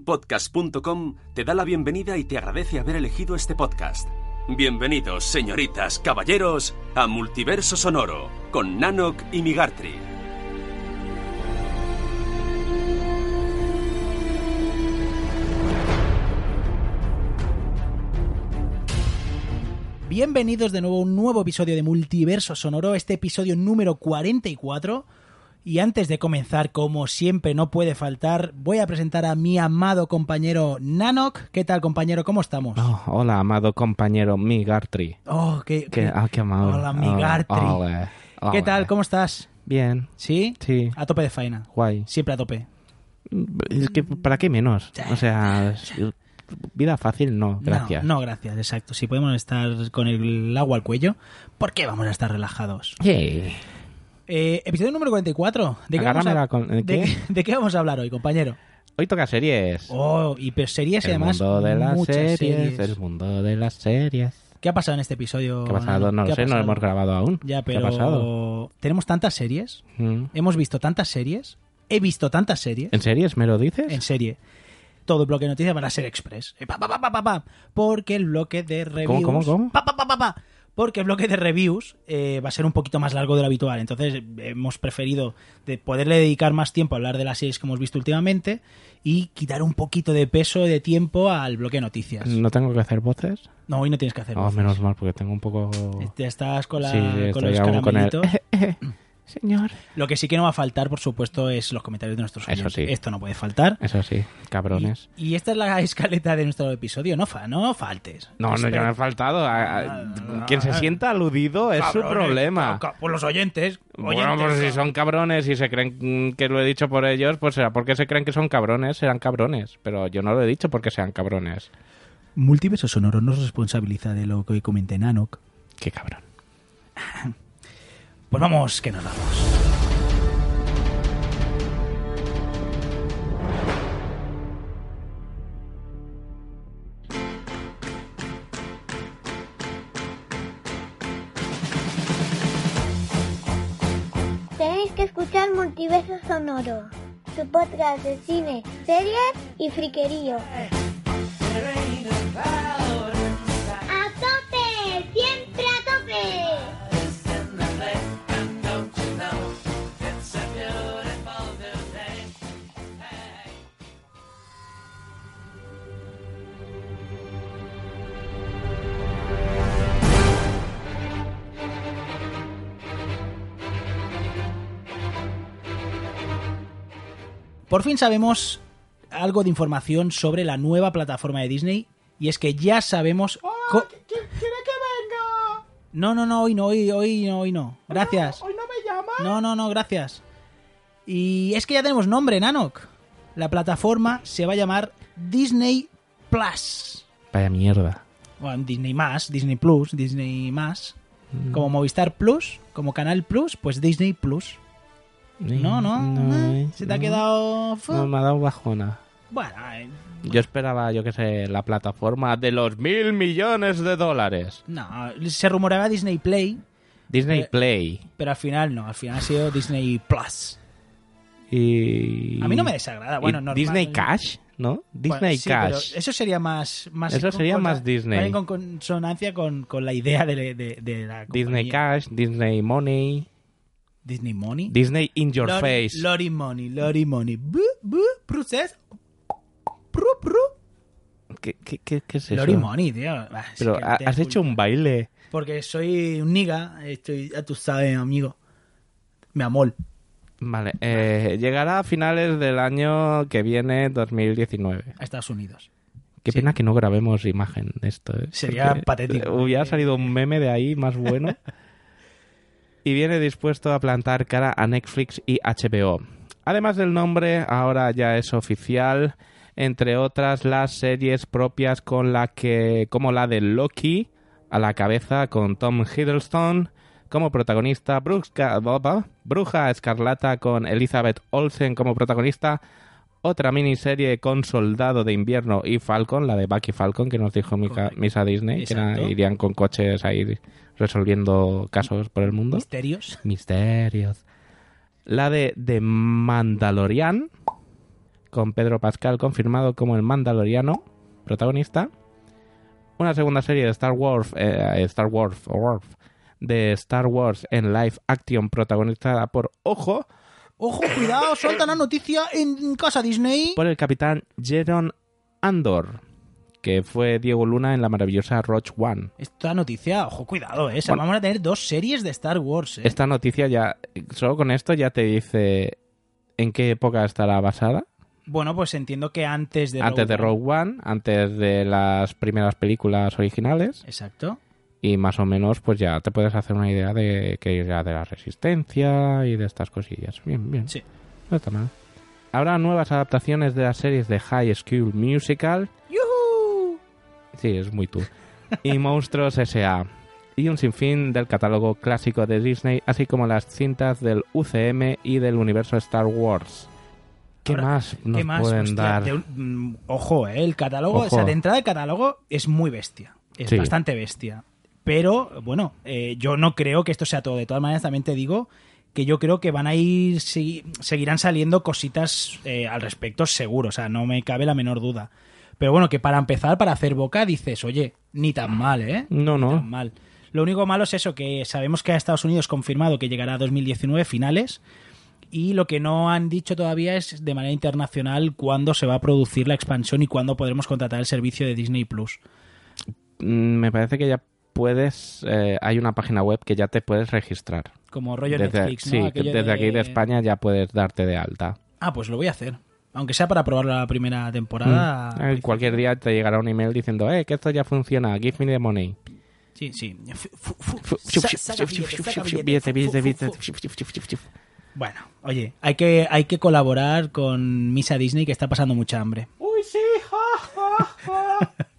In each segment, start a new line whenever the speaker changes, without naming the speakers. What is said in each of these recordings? Naciónpodcast.com te da la bienvenida y te agradece haber elegido este podcast. Bienvenidos, señoritas, caballeros, a Multiverso Sonoro con Nanok y Migartri.
Bienvenidos de nuevo a un nuevo episodio de Multiverso Sonoro, este episodio número 44. Y antes de comenzar, como siempre no puede faltar, voy a presentar a mi amado compañero Nanok. ¿Qué tal, compañero? ¿Cómo estamos?
Oh, hola, amado compañero Migartri.
Oh, qué,
Qué, ah, qué amable.
Hola, Migartri.
Ole, ole, ole.
¿Qué tal? ¿Cómo estás?
Bien,
¿Sí?
Sí.
A tope de faena.
guay.
Siempre a tope.
Es que,
Mm.
¿para qué menos? O sea, es- vida fácil, no, gracias.
No, no, gracias, exacto. Si podemos estar con el agua al cuello, ¿por qué vamos a estar relajados?
Yay.
Eh, episodio número 44. ¿De qué, vamos
Agárramela
a...
con- ¿de
de-
qué?
de qué vamos a hablar hoy, compañero?
Hoy toca series.
Oh, y pero series y
el
además
mundo de las
muchas
series,
series.
El mundo de las series.
¿Qué ha pasado en este episodio?
¿Qué ha pasado? No
¿Qué
lo
ha
sé, no
pasado?
lo hemos grabado aún.
Ya,
¿Qué ha pasado?
pero tenemos tantas series,
Mm.
hemos visto tantas series, he visto tantas series
¿En series me lo dices?
en serie. Todo el bloque de noticias va a ser express. Eh, pa, pa, pa, pa, pa, pa. porque el bloque de reviews.
cómo, cómo?
pa, pa, pa, pa, pa. porque el bloque de reviews eh, va a ser un poquito más largo de lo habitual. Entonces eh, hemos preferido de poderle dedicar más tiempo a hablar de las series que hemos visto últimamente y quitar un poquito de peso de tiempo al bloque de noticias.
¿No tengo que hacer voces?
No, hoy no tienes que hacer.
Oh,
voces.
menos mal, porque tengo un poco...
Te estás con, la,
Sí, sí,
con
estoy
los
aún con el-
caramelitos.
Señor.
Lo que sí que no va a faltar, por supuesto, es los comentarios de nuestros
Eso
oyentes.
sí.
Esto no puede faltar.
Eso sí, cabrones.
Y, y esta es la escaleta de nuestro episodio. No, fa, no faltes.
No, no, yo no he faltado. A-
Ah,
a- Quien se sienta aludido es su problema.
Por los oyentes.
Bueno, pues si son cabrones y se creen que lo he dicho por ellos, pues será porque se creen que son cabrones, serán cabrones. Pero yo no lo he dicho porque sean cabrones.
Multiverso Sonoro no se responsabiliza de lo que comenté Nanok.
Qué cabrón.
Pues vamos, que nos vamos.
Tenéis que escuchar Multiverso Sonoro, su podcast de cine, series y friquerío. ¡A tope! ¡Siempre a tope!
Por fin sabemos algo de información sobre la nueva plataforma de Disney. Y es que ya sabemos. co-
¡Ah, ¿Quiere que venga?
No, no, no, hoy no, hoy, hoy no, hoy no. Gracias.
¿Hoy no me llama?
No, no, no, gracias. Y es que ya tenemos nombre, Nanok. La plataforma se va a llamar Disney Plus.
Vaya mierda.
Bueno, Disney más, Disney Plus, Disney más.
Mm.
Como Movistar Plus, como Canal Plus, pues Disney Plus. No, no, eh, se te ha
no.
quedado. fu-
No, me ha dado bajona.
Bueno, eh,
Yo esperaba, yo qué sé, la plataforma de los mil millones de dólares.
no, se rumoreaba Disney Play,
Disney
Eh,
Play.
pero al final no, al final ha sido Disney Plus.
Y...
A mí no me desagrada, bueno,
Y
normal.
Disney Cash, ¿no? Disney
Bueno, sí, pero
Cash.
eso sería más. más
Eso sería
la-
más Disney.
también Con consonancia con, con la idea de, de- de la.
Disney
compañía.
Cash, Disney Money,
Disney Money.
Disney In Your
Lori-
Face.
Lori Money, Lori Money. Bu, bu, pruces. Pru, pru.
¿Qué, qué, qué- qué es eso?
Lori Money, tío. Bah, es
Pero
que
ha-
te
has hecho un
culpa.
baile.
Porque soy un niga. Estoy, ya tú sabes, amigo. Me amol.
Vale, eh, llegará a finales del año que viene, 2019.
A Estados Unidos.
Qué
Sí.
pena que no grabemos imagen de esto. ¿eh?
Sería patético.
Hubiera salido un meme de ahí más bueno. y viene dispuesto a plantar cara a Netflix y HBO. Además del nombre, ahora ya es oficial, entre otras las series propias con la que, como la de Loki, a la cabeza con Tom Hiddleston como protagonista, Brusca- Boba, Bruja Escarlata con Elizabeth Olsen como protagonista, otra miniserie con Soldado de Invierno y Falcon, la de Bucky Falcon que nos dijo Mica-
Correcto.
Misa Disney, que era-
Exacto.
irían con coches ahí resolviendo casos por el mundo.
Misterios.
Misterios. La de The Mandalorian con Pedro Pascal confirmado como el Mandaloriano, protagonista. Una segunda serie de Star Wars, eh, Star Wars, Worf, de Star Wars en live action protagonizada por, ojo,
Ojo, cuidado, suelta la noticia en casa Disney.
por el capitán Jeron Andor, que fue Diego Luna en la maravillosa Roach One.
Esta noticia, ojo, cuidado, eh. O sea,
Bueno.
vamos a tener dos series de Star Wars, eh.
Esta noticia ya, solo con esto ya te dice en qué época estará basada.
Bueno, pues entiendo que antes de
antes de
Rogue One.
Rogue One, antes de las primeras películas originales
Exacto.
y más o menos pues ya te puedes hacer una idea de que irá de la resistencia y de estas cosillas. Bien, bien.
Sí.
No está mal. Habrá nuevas adaptaciones de las series de High School Musical. Sí, es muy tú. Y Monstruos S.A. Y un sinfín del catálogo clásico de Disney, así como las cintas del UCM y del universo Star Wars. ¿Qué
Ahora,
más nos
¿Qué más?
pueden
Hostia,
dar?
de un- mm, ojo, eh, el catálogo, o sea,
Ojo.
de entrada el catálogo es muy bestia. Es
Sí.
bastante bestia. Pero, bueno, eh, yo no creo que esto sea todo. De todas maneras, también te digo que yo creo que van a ir, si- seguirán saliendo cositas eh, al respecto, seguro. O sea, no me cabe la menor duda. Pero bueno, que para empezar, para hacer boca, dices, oye, ni tan mal, ¿eh?
No, no.
tan mal. Lo único malo es eso, que sabemos que a Estados Unidos confirmado que llegará a 2019 finales y lo que no han dicho todavía es de manera internacional cuándo se va a producir la expansión y cuándo podremos contratar el servicio de Disney Plus.
Mm, me parece que ya puedes. eh, hay una página web que ya te puedes registrar.
Como rollo
desde,
Netflix, ¿no?
sí,
Aquello
desde aquí de España ya puedes darte de alta.
Ah, pues lo voy a hacer. Aunque sea para probar la primera temporada. pues
Mm. Eh, cualquier día te llegará un email diciendo, eh, que esto ya funciona, give me the money.
Sí, sí. Fu- fu-
Fu-
fu-
shup,
sa-
shup,
saca
shup, shup,
billete,
shup,
saca billete,
shup, billete,
fu-
billete,
fu-
billete,
fu-
shup, shup, shup, shup, shup.
Bueno, oye, hay que, hay que colaborar con Misa Disney que está pasando mucha hambre.
Uy, sí, ja, ja, ja.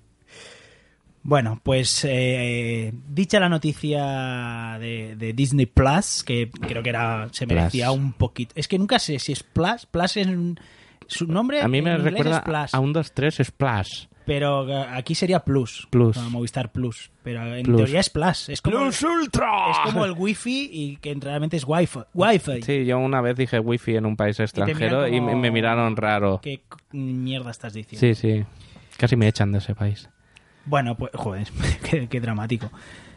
Bueno, pues eh, dicha la noticia de, de Disney Plus, que creo que era se
Plus.
merecía un poquito. Es que nunca sé si es Plus, Plus es un- su nombre.
A mí
Eh, en
me
inglés
recuerda
es Plus,
a un 2-3 Splash.
pero eh, aquí sería Plus,
Plus.
no, Movistar Plus, pero en
Plus.
teoría es Plus, es como
¡Plus
el,
Ultra!
es como el Wi-Fi y que realmente es Wi-Fi, wifi
Sí, yo una vez dije wifi en un país extranjero y,
como-
me- me miraron raro.
¿Qué c- mierda estás diciendo?
Sí, sí. Casi me echan de ese país.
Bueno, pues, joder, qué, qué dramático.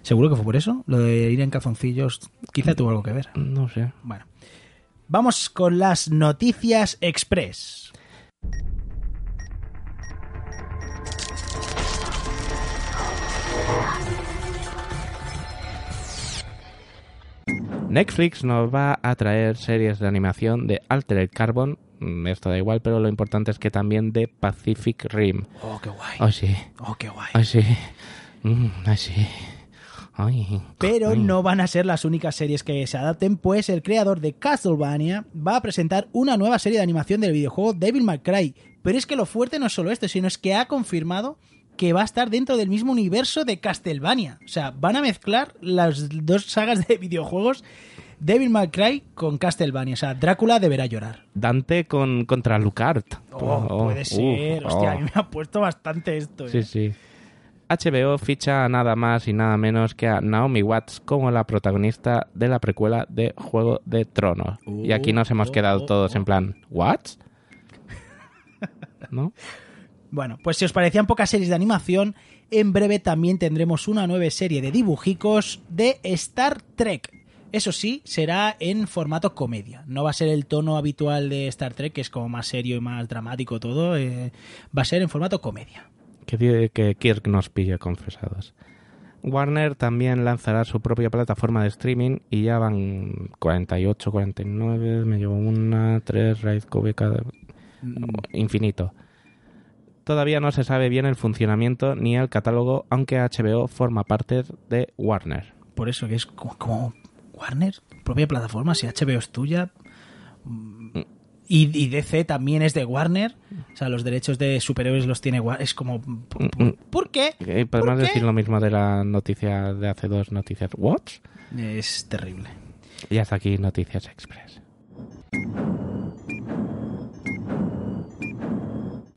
¿Seguro que fue por eso? Lo de ir en calzoncillos quizá tuvo algo que ver.
No sé.
Bueno, vamos con las noticias express.
Netflix nos va a traer series de animación de Altered Carbon, mm, esto da igual, pero lo importante es que también de Pacific Rim.
Oh, qué guay.
Oh sí,
Oh, qué guay.
oh sí, Mm, ay sí, Ay.
Pero
Ay.
no van a ser las únicas series que se adapten, pues el creador de Castlevania va a presentar una nueva serie de animación del videojuego Devil May Cry. Pero es que lo fuerte no es solo esto, sino es que ha confirmado que va a estar dentro del mismo universo de Castlevania. O sea, van a mezclar las dos sagas de videojuegos Devil May Cry con Castlevania. O sea, Drácula deberá llorar.
Dante con contra Lucard. oh.
Oh, puede ser. Hostia, a mí me ha puesto bastante esto. eh.
Sí, sí. HBO ficha a nada más y nada menos que a Naomi Watts como la protagonista de la precuela de Juego de Tronos. y aquí nos hemos
Oh,
quedado
oh,
todos
oh.
en plan, ¿Watts? ¿No?
Bueno, pues si os parecían pocas series de animación, en breve también tendremos una nueva serie de dibujicos de Star Trek. Eso sí, será en formato comedia. No va a ser el tono habitual de Star Trek, que es como más serio y más dramático todo. eh, va a ser en formato comedia.
Que dice que Kirk nos pille confesados. Warner también lanzará su propia plataforma de streaming y ya van 48, 49, me llevo una, tres, raíz cúbica,
Mm.
infinito. Todavía no se sabe bien el funcionamiento ni el catálogo, aunque HBO forma parte de Warner.
Por eso que es como, como Warner, propia plataforma, si HBO es tuya. mm, Y, y DC también es de Warner. O sea, los derechos de superhéroes los tiene Warner. Es como... ¿por- por- ¿Por qué?
Mm, Eh, Podemos
qué?
decir lo mismo de la noticia de hace dos noticias. ¿What?
Es terrible.
Y hasta aquí Noticias Express.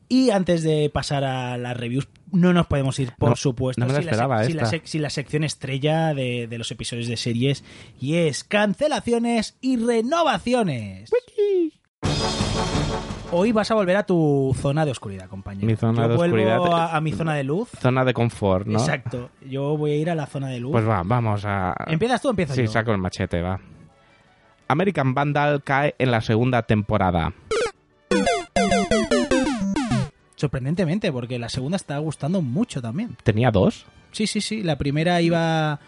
Y antes de pasar a las reviews, no nos podemos ir, por
No,
supuesto,
no me la
sin,
esperaba
sec- sin
esta.
sec- sin la sección estrella de, de los episodios de series, y es cancelaciones y renovaciones. Hoy vas a volver a tu zona de oscuridad, compañero.
Mi zona
Yo
de
vuelvo
oscuridad.
A, a mi zona de luz.
Zona de confort, ¿no?
Exacto. Yo voy a ir a la zona de luz.
Pues va, vamos a...
¿Empiezas tú o empiezo
Sí,
yo?
saco el machete, va. American Vandal cae en la segunda temporada.
Sorprendentemente, porque la segunda está gustando mucho también.
¿Tenía dos?
Sí, sí, sí. La primera iba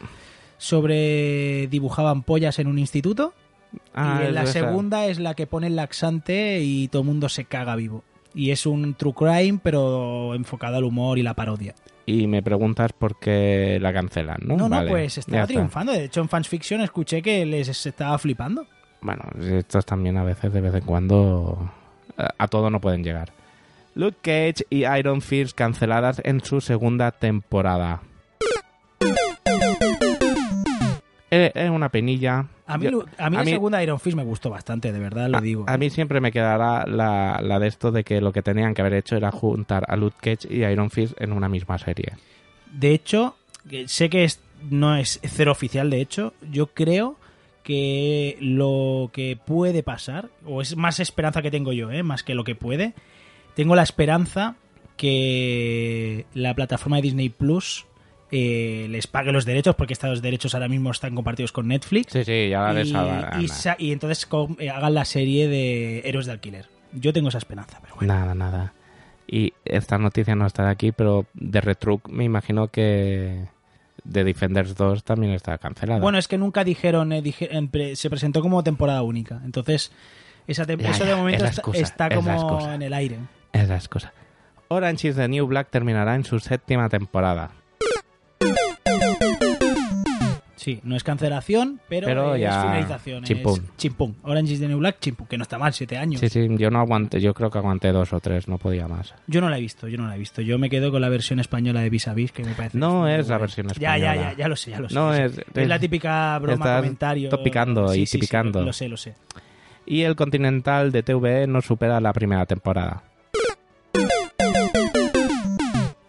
sobre dibujaban pollas en un instituto. y en la
Ah, es esa.
segunda es la que pone el laxante y todo el mundo se caga vivo. Y es un true crime, pero enfocado al humor y la parodia.
Y me preguntas por qué la cancelan, ¿no?
No, no,
Uh, Vale,
pues
ya
estaba triunfando. De hecho, en Fans Fiction escuché que les estaba flipando.
Bueno, estos también a veces, de vez en cuando, a, a todo no pueden llegar. Luke Cage y Iron Fist canceladas en su segunda temporada. Eh, Es una penilla.
A mí,
Yo-
Lu- a mí
a
la
mí- Ah,
segunda Iron Fist me gustó bastante, de verdad lo
a-
digo.
A, mí siempre me quedará la, la de esto de que lo que tenían que haber hecho era juntar a Luke Cage y Iron Fist en una misma serie.
De hecho, que sé que es- no es cero oficial, de hecho, yo creo que lo que puede pasar, o es más esperanza que tengo yo, ¿eh? más que lo que puede, tengo la esperanza que la plataforma de Disney Plus eh, les pague los derechos, porque estos derechos ahora mismo están compartidos con Netflix.
Sí, sí, ya la
y,
de
y sa- y entonces com- eh, hagan la serie de Héroes de Alquiler. Yo tengo esa esperanza, pero bueno.
Nada, nada. Y esta noticia no está aquí, pero de Retruc me imagino que de Defenders 2 también está cancelada.
Bueno, es que nunca dijeron, eh, dije- en pre- se presentó como temporada única. Entonces, esa tem-
Ya,
eso
ya,
de
es
momento
la
está-
excusa,
está,
es la
como
excusa.
en el aire.
Esa es cosa. Orange is the New Black terminará en su séptima temporada.
Sí, no es cancelación, pero,
Pero
es
ya,
finalización. es
chimpún.
chimpún. Orange is the New Black, chimpún, que no está mal, siete años.
Sí, sí, yo no aguanté, yo creo que aguanté dos o tres, no podía más.
Yo no la he visto, yo no la he visto. Yo me quedo con la versión española de Vis a Vis, que me parece...
No
muy
es la
buena.
versión
Ya,
española.
ya, ya, ya lo sé, ya lo sé.
No
ya
es-
sé. es la típica broma,
estás
comentario...
topicando
Sí, sí,
y
sí,
tipicando.
lo sé, lo sé.
Y el Continental de TVE no supera la primera temporada.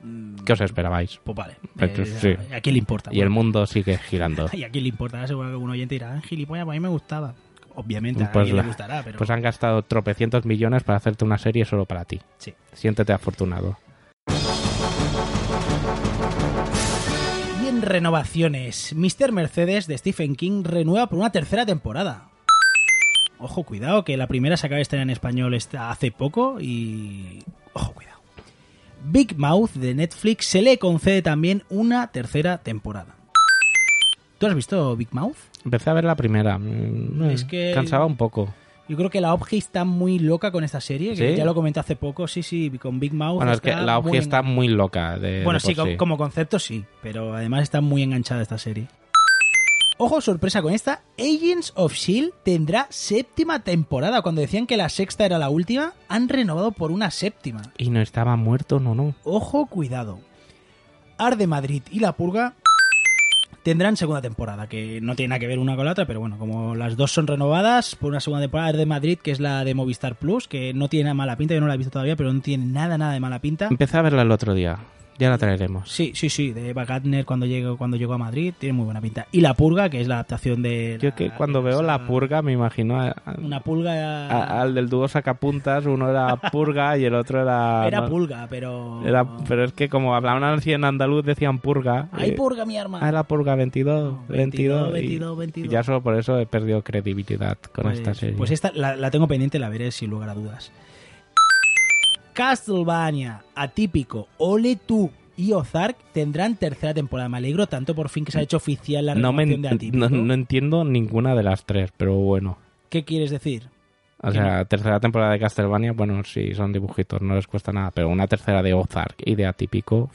Mm.
¿Qué os esperabais?
Pues vale.
Pero
eh,
sí.
¿A quién le importa?
Y el mundo sigue girando.
¿Y a quién le importa? Seguro que algún oyente dirá, ah, gilipollas, pues a mí me gustaba. Obviamente, a
Pues
alguien le
la-
gustará, pero...
Pues han gastado tropecientos millones para hacerte una serie solo para ti.
Sí.
Siéntete afortunado.
Y en renovaciones, Mr. Mercedes de Stephen King renueva por una tercera temporada. Ojo, cuidado, que la primera se acaba de estrenar en español esta- hace poco y... Ojo, cuidado. Big Mouth de Netflix se le concede también una tercera temporada. ¿Tú has visto Big Mouth?
Empecé a ver la primera. mm,
Es
eh,
que-
Cansaba un poco.
Yo creo que la OPG está muy loca con esta serie, que
¿Sí?
ya lo comenté hace poco, sí, sí, con Big Mouth.
Bueno, es que
está
la
muy
OG está
enganchada.
muy loca. de-
Bueno,
Eh, de por
sí, co- como concepto sí, pero además está muy enganchada esta serie. Ojo, sorpresa con esta. Agents of Shield E tendrá séptima temporada. Cuando decían que la sexta era la última, han renovado por una séptima.
Y no estaba muerto, no, no.
Ojo, cuidado. Arde Madrid y La Purga tendrán segunda temporada, que no tiene nada que ver una con la otra, pero bueno, como las dos son renovadas por una segunda temporada, Arde Madrid, que es la de Movistar Plus, que no tiene nada mala pinta, yo no la he visto todavía, pero no tiene nada, nada de mala pinta.
Empecé a verla el otro día. Ya la traeremos.
Sí, sí, sí, de Eva Gardner cuando llegó, cuando llegó a Madrid, tiene muy buena pinta. Y La Purga, que es la adaptación de...
Yo
la-
que cuando
de
veo la Ah,
esa-
purga me imagino a- a-
Una pulga...
a- al del dúo sacapuntas. Uno era purga y el otro era...
ah, era
no,
pulga, pero...
era- pero es que como hablaban así en andaluz decían purga.
¡Ay,
y-
purga, mi arma!
Ah, era purga 22,
22,
22.
22, 22.
Y ya solo por eso he perdido credibilidad con
pues,
esta serie.
pues esta la, la tengo pendiente, la veré sin lugar a dudas. Castlevania, atípico, Ole tú y Ozark tendrán tercera temporada. Me alegro tanto por fin que se ha hecho oficial la
no, me
renovación
en-
de atípico.
no- no entiendo ninguna de las tres, pero bueno.
¿Qué quieres decir?
O
Que
sea, tercera temporada de Castlevania, bueno, sí, son dibujitos, no les cuesta nada, pero una tercera de Ozark y de Atípico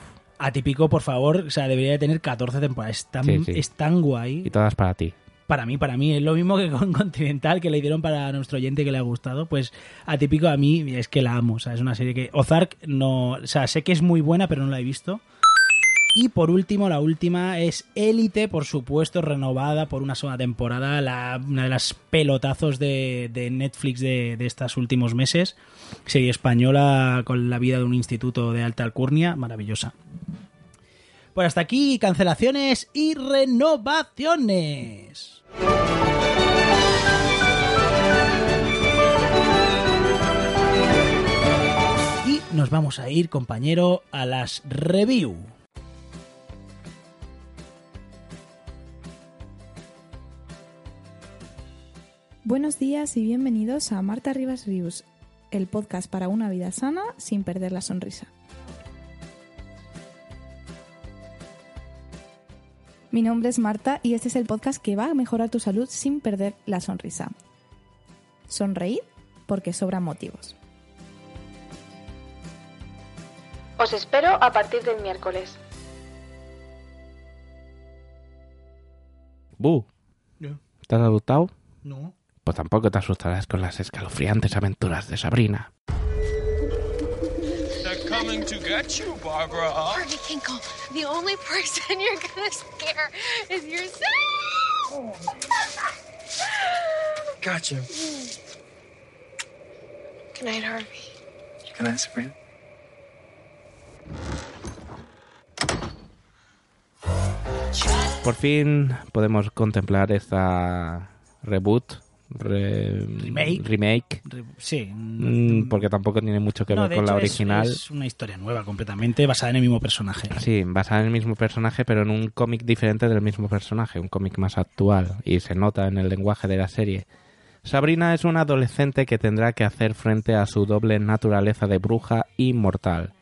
Atípico, por favor, o sea, debería de tener 14 temporadas. Es tan,
Sí, sí.
es tan guay.
y todas para ti.
Para mí, para mí, es lo mismo que con Continental, que le hicieron para nuestro oyente que le ha gustado. Pues atípico a mí es que la amo. O sea, es una serie que. Ozark no. O sea, sé que es muy buena, pero no la he visto. Y por último, la última es Élite, por supuesto, renovada por una sola temporada. La, una de las pelotazos de, de Netflix de, de estos últimos meses. Serie española con la vida de un instituto de alta alcurnia. Maravillosa. Pues hasta aquí cancelaciones y renovaciones. vamos a ir, compañero, a las review.
Buenos días y bienvenidos a Marta Rivas Rius, el podcast para una vida sana sin perder la sonrisa. Mi nombre es Marta y este es el podcast que va a mejorar tu salud sin perder la sonrisa. Sonreíd porque sobran motivos.
Os espero a partir del miércoles.
Bu,
Ya.
¿te has adoptado?
No.
Pues tampoco te asustarás con las escalofriantes aventuras de Sabrina.
They're coming to get you, Barbara.
Harvey Kinkle, the only person you're gonna scare is yourself.
Gotcha.
Good night, Harvey.
Can I, Sabrina?
Por fin podemos contemplar esta reboot, re-
Remake.
remake,
Re- Sí.
mm, porque tampoco tiene mucho que
No,
ver
de
con la
hecho, es-
original.
Es, una historia nueva completamente basada en el mismo personaje.
Sí, basada en el mismo personaje, pero en un cómic diferente del mismo personaje, un cómic más actual, y se nota en el lenguaje de la serie. Sabrina es una adolescente que tendrá que hacer frente a su doble naturaleza de bruja y mortal.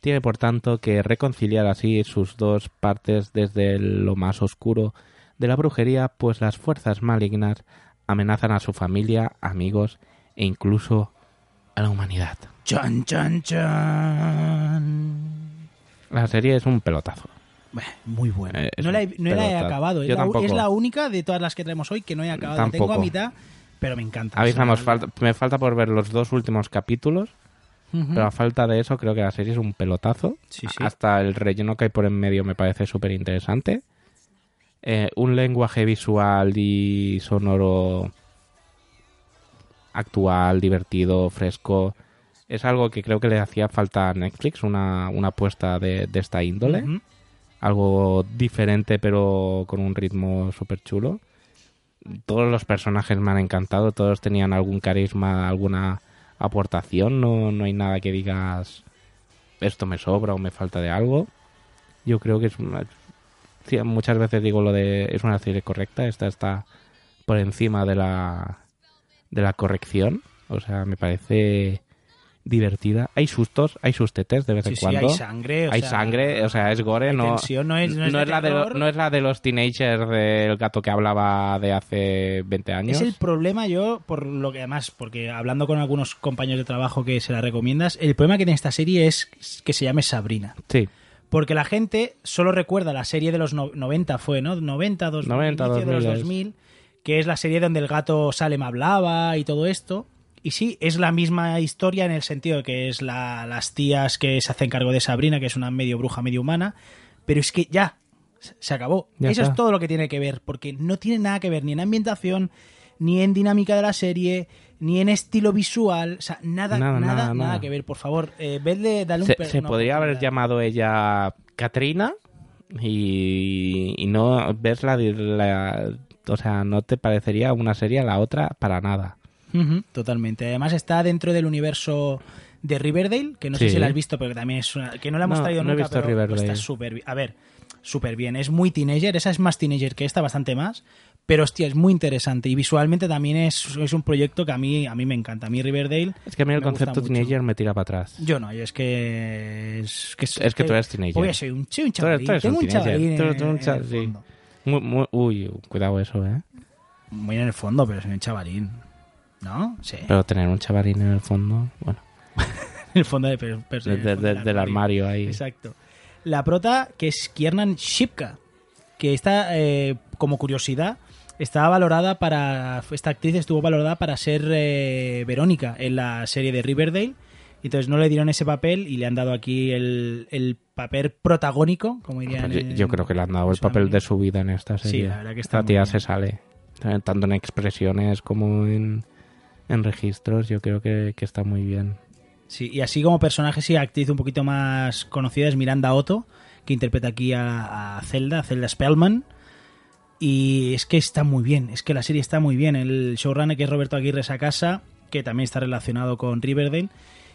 Tiene, por tanto, que reconciliar así sus dos partes desde lo más oscuro de la brujería, pues las fuerzas malignas amenazan a su familia, amigos e incluso a la humanidad.
Chan, chan, chan.
La serie es un pelotazo.
Bah, Muy buena.
Eh, es
no la he,
un
no la he
pelota.
acabado. Es
Yo
la,
tampoco.
es la única de todas las que traemos hoy que no he acabado. La Tengo a
Tampoco.
mitad, pero me encanta.
Avisamos,
O sea,
falta- me falta por ver los dos últimos capítulos,
Ujú.
pero a falta de eso creo que la serie es un pelotazo.
Sí, sí.
Hasta el relleno que hay por en medio me parece súper interesante. Eh, un lenguaje visual y sonoro actual, divertido, fresco. Es algo que creo que le hacía falta a Netflix, una, una apuesta de, de esta índole.
Ujú.
Algo diferente pero con un ritmo súper chulo. Todos los personajes me han encantado, todos tenían algún carisma, alguna aportación, no, no hay nada que digas esto me sobra o me falta de algo. Yo creo que es una- sí, muchas veces digo lo de es una serie correcta, esta está por encima de la de la corrección, o sea, me parece divertida. Hay sustos, hay sustetes de vez
Sí,
en
sí,
cuando.
hay sangre. o
Hay
sea,
sangre, o sea, es gore,
hay
no,
tensión, no es, no es de
la de lo-
terror.
no es la de los teenagers del gato que hablaba de hace 20
Es
años.
el problema, yo, por lo que además, porque hablando con algunos compañeros de trabajo que se la recomiendas, el problema que tiene esta serie es que se llame Sabrina.
Sí,
Porque la gente solo recuerda la serie de los no- 90, fue, ¿no? 90, 2000,
90,
inicio de los
2000, es.
2000, que es la serie donde el gato Salem hablaba y todo esto. Y sí, es la misma historia en el sentido de que es la- las tías que se hacen cargo de Sabrina, que es una medio bruja, medio humana, pero es que ya, se- se acabó.
Ya
Eso
está.
es todo lo que tiene que ver, porque no tiene nada que ver ni en ambientación, ni en dinámica de la serie, ni en estilo visual, o sea, nada,
Nada,
nada, nada,
nada, nada.
que ver. Por favor, eh, vedle, dale un
se,
per-
se
una
podría haber
oportunidad.
llamado ella Katrina y, y no ves la, la- O sea, no te parecería una serie a la otra para nada.
Ujú, Totalmente. Además está dentro del universo de Riverdale, que no sé
Sí.
si la has visto, pero que también es una... que no la hemos
No,
traído
no he
nunca,
visto
pero
Riverdale.
está súper bi- A ver, súper bien. Es muy teenager, esa es más teenager que esta, bastante más. Pero hostia, es muy interesante. Y visualmente también es, es un proyecto que a mí, a mí me encanta. A mí Riverdale,
Es que a mí el
Me gusta
concepto
mucho.
teenager me tira para atrás.
yo no, yo es que es que,
Es que tú eres teenager.
Oye, soy un, soy un
Tú eres-
chavalín.
tú eres
Tengo
un
un chavalín.
teenager. Tú
en-
eres un
en el
chaval, sí.
fondo.
Muy- muy- uy, cuidado eso, ¿eh?
Muy en el fondo, pero soy un chavalín. ¿No? Sí.
Pero tener un chavalín en el fondo, bueno,
En el fondo de, pero- pero soy
de-
en el
de-
fondo
de- del armario ahí.
Exacto. La prota que es Kiernan Shipka, que está, eh, como curiosidad, estaba valorada para. Esta actriz estuvo valorada para ser eh, Verónica en la serie de Riverdale. y Entonces no le dieron ese papel y le han dado aquí el, el papel protagónico, como dirían.
Yo, yo
en-
creo que le han dado el
en
papel
Sudamérica.
de su vida en esta
Sí,
serie.
la verdad que está
Esta
muy
tía
bien.
se sale, eh, tanto en expresiones como en, en registros. Yo creo que, que está muy bien.
Sí, y así como personajes y actriz un poquito más conocida es Miranda Otto, que interpreta aquí a, a Zelda, a Zelda Spellman. Y es que está muy bien, es que la serie está muy bien. El showrunner que es Roberto Aguirre Sacasa, que también está relacionado con Riverdale.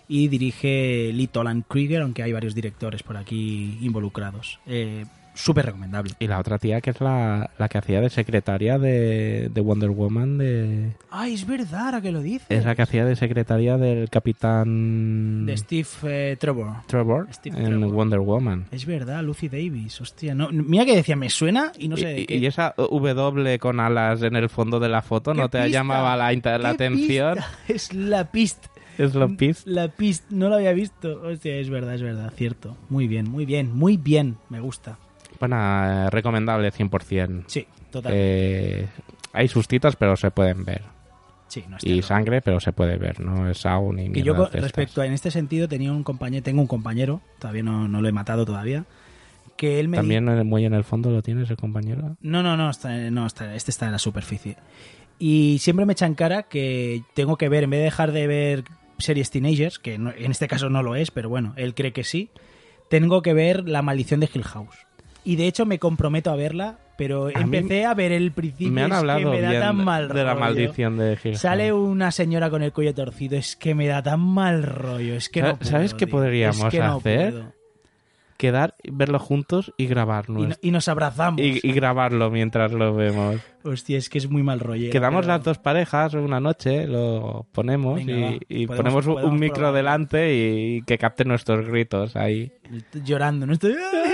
y dirige Lee Toland Krieger, aunque hay varios directores por aquí involucrados. Eh, Súper recomendable.
Y la otra tía que es la, la que hacía de secretaria de, de Wonder Woman, de,
¡Ay, es verdad ahora que lo dices!
es la que hacía de secretaria del capitán
De Steve eh, Trevor.
Trevor
Steve
en
Trevor.
Wonder Woman.
Es verdad, Lucy Davis, hostia. No, mira que decía, me suena y no sé. de
y,
qué.
y esa W con alas en el fondo de la foto no
¿Qué
te
pista?
llamaba la, inter- la
¿Qué
atención.
pista? Es la pista.
Es lo pis.
La pista, no la había visto. Hostia, es verdad, es verdad, cierto. Muy bien, muy bien, muy bien. Me gusta.
Bueno, eh, recomendable 100%.
Sí, total.
Eh, hay sustitas, pero se pueden ver.
sí, no está
Y
loco.
sangre, pero se puede ver, no es aún ni
Que yo con-
mierdas de estas.
respecto a, en este sentido tenía un compañero, tengo un compañero, todavía no, no lo he matado todavía, que él me di-
También en el- muy en el fondo lo tienes, el compañero.
No, no, no, está- no está- este está en la superficie. Y siempre me echa en cara que tengo que ver, en vez de dejar de ver series teenagers, que no- en este caso no lo es, pero bueno, él cree que sí, tengo que ver La maldición de Hill House. Y de hecho me comprometo a verla, pero
mí
empecé a ver el principio
me
y
han
es que
hablado
me da
bien
tan mal
de la
rollo.
maldición de Hill House.
Sale una señora con el cuello torcido, es que me da tan mal rollo, es que
Sa-
no puedo,
¿sabes qué
tío,
podríamos
es que no
hacer?
puedo.
Quedar, verlo juntos y grabarlo.
Y, no- y nos abrazamos.
Y, y grabarlo mientras lo vemos.
Hostia, es que es muy mal rollo.
Quedamos las dos parejas una noche, lo ponemos
Venga, va.
y, y
Podemos-
ponemos un-
podemos
un micro
probar.
delante y que capte nuestros gritos ahí.
llorando, ¿no? Estoy... "Ah".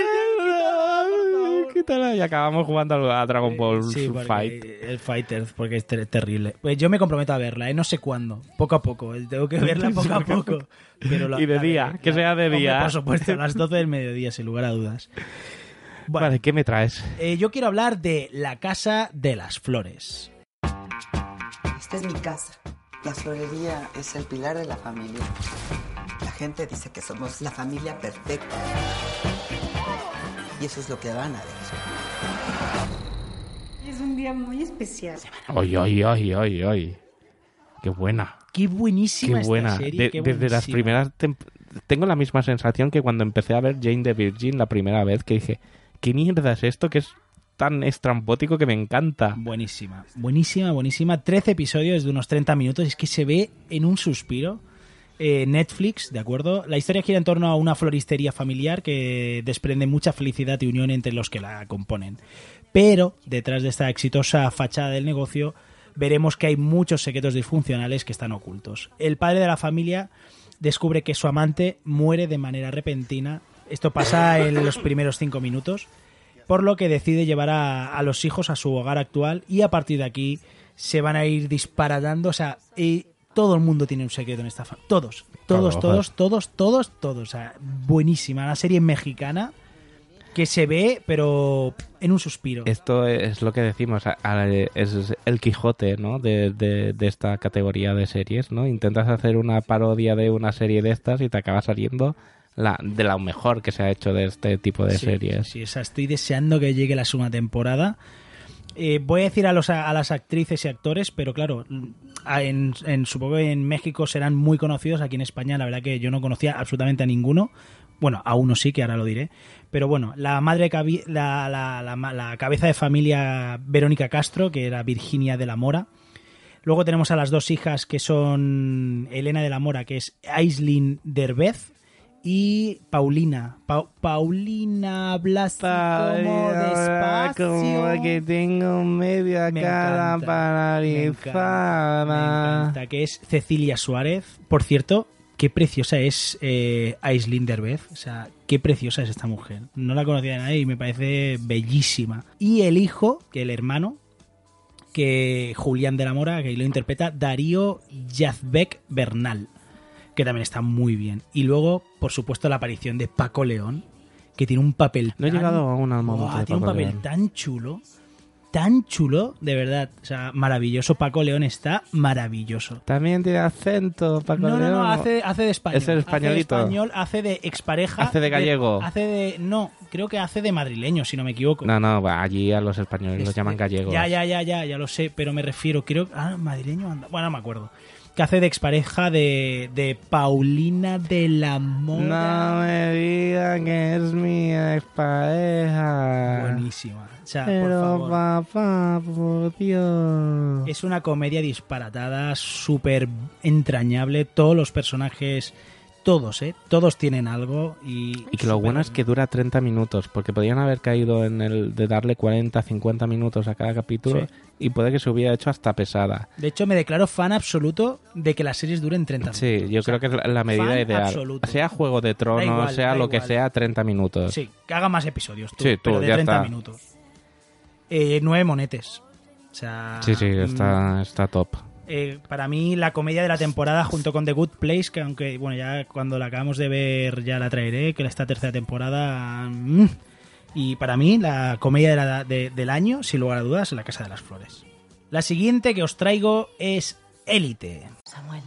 Quítala, y acabamos jugando a Dragon Ball
Sí, porque-
Fight.
El Fighter, porque es ter- terrible. Pues yo me comprometo a verla, ¿eh? no sé cuándo, poco a poco, eh, tengo que verla poco a poco. Pero la-
Y de
la-
día,
la-
que sea de
Hombre,
día.
Por supuesto, a las 12 del mediodía, sin lugar a dudas. Bueno,
Vale, ¿qué me traes?
eh, yo quiero hablar de La Casa de las Flores.
Esta es mi casa. La florería es el pilar de la familia. La gente dice que somos la familia perfecta. Y eso es lo que van a ver.
Es un día muy especial.
Oy, oy, oy, oy, oy. Qué buena.
Qué
Qué
buenísima esta
buena.
serie.
De-
qué
desde las
buenísima.
primeras. temp- Tengo la misma sensación que cuando empecé a ver Jane the Virgin la primera vez, que dije, ¿qué mierda es esto que es tan estrambótico que me encanta?
Buenísima, buenísima, buenísima. 13 episodios de unos 30 minutos. Es que se ve en un suspiro. Eh, Netflix, ¿de acuerdo? La historia gira en torno a una floristería familiar que desprende mucha felicidad y unión entre los que la componen. Pero detrás de esta exitosa fachada del negocio veremos que hay muchos secretos disfuncionales que están ocultos. El padre de la familia descubre que su amante muere de manera repentina. Esto pasa en los primeros cinco minutos por lo que decide llevar a, a los hijos a su hogar actual y a partir de aquí se van a ir disparatando, o sea, y todo el mundo tiene un secreto en esta familia, todos, todos,
Claro,
todos, todos, todos, todos, o sea, buenísima, una serie mexicana que se ve, pero en un suspiro.
Esto es lo que decimos, a- a- es el Quijote, ¿no? De, de- de esta categoría de series, ¿no? Intentas hacer una parodia de una serie de estas y te acaba saliendo la, de la mejor que se ha hecho de este tipo de
Sí,
series.
sí, sí, esa estoy deseando que llegue la segunda temporada. Eh, voy a decir a, los, a las actrices y actores, pero claro, a- en, en- supongo que en México serán muy conocidos. Aquí en España, la verdad que yo no conocía absolutamente a ninguno. Bueno, a uno sí, que ahora lo diré. Pero bueno, la madre, cabi- la, la- la ma- la cabeza de familia Verónica Castro, que era Virginia de la Mora. Luego tenemos a las dos hijas que son Elena de la Mora, que es Aislinn Derbez, y Paulina. Pa- Paulina Blasta como
Como que
despacio.
tengo media
Me
cara
encanta, me encanta, me
paralizada.
encanta, que es Cecilia Suárez. Por cierto, qué preciosa es eh, Aislinn Derbez. O sea, qué preciosa es esta mujer. No la conocía nadie y me parece bellísima. Y el hijo, que el hermano, que Julián de la Mora, que lo interpreta Darío Yazbek Bernal, que también está muy bien. Y luego, por supuesto, la aparición de Paco León, que tiene un papel
No he
tan-
llegado aún al momento
Buah,
de
tiene un
Paco
papel
León.
tan chulo, tan chulo, de verdad. O sea, maravilloso. Paco León está maravilloso.
También tiene acento, Paco
no, no,
León,
no, hace, hace de español.
Es el españolito.
Hace de español, hace de expareja.
Hace de gallego.
hace de. No, creo que hace de madrileño, si no me equivoco.
No, no, va, allí a los españoles los
Este-
llaman gallegos.
Ya, ya, ya, ya, ya lo sé, pero me refiero, creo. Ah, madrileño anda. Bueno, no me acuerdo. Que hace de expareja de, de Paulina de la Mora.
No me digan que es mi expareja.
Buenísima. O sea, por
Pero
favor.
papá, por Dios.
Es una comedia disparatada, súper entrañable. Todos los personajes todos, ¿eh? Todos tienen algo y...
Y que lo bueno es que dura 30 minutos, porque podían haber caído en el de darle 40, 50 minutos a cada capítulo
Sí.
y puede que se hubiera hecho hasta pesada.
De hecho, me declaro fan absoluto de que las series duren 30 minutos.
Sí, yo creo que es la, la medida
fan
ideal.
absoluto.
Sea Juego de
Da
Tronos,
igual,
sea
da
lo que
igual.
sea, 30 minutos.
Sí, que haga más episodios. Tú,
Sí, tú,
pero de
ya
30
está.
minutos. Eh, nueve monetes. O sea,
sí, sí,
mm,
está, está top.
eh, para mí, la comedia de la temporada junto con The Good Place, que aunque, bueno, ya cuando la acabamos de ver, ya la traeré, que esta tercera temporada. mm, y para mí, la comedia de la- de- del año, sin lugar a dudas, La Casa de las Flores. La siguiente que os traigo es Élite.
Samuel.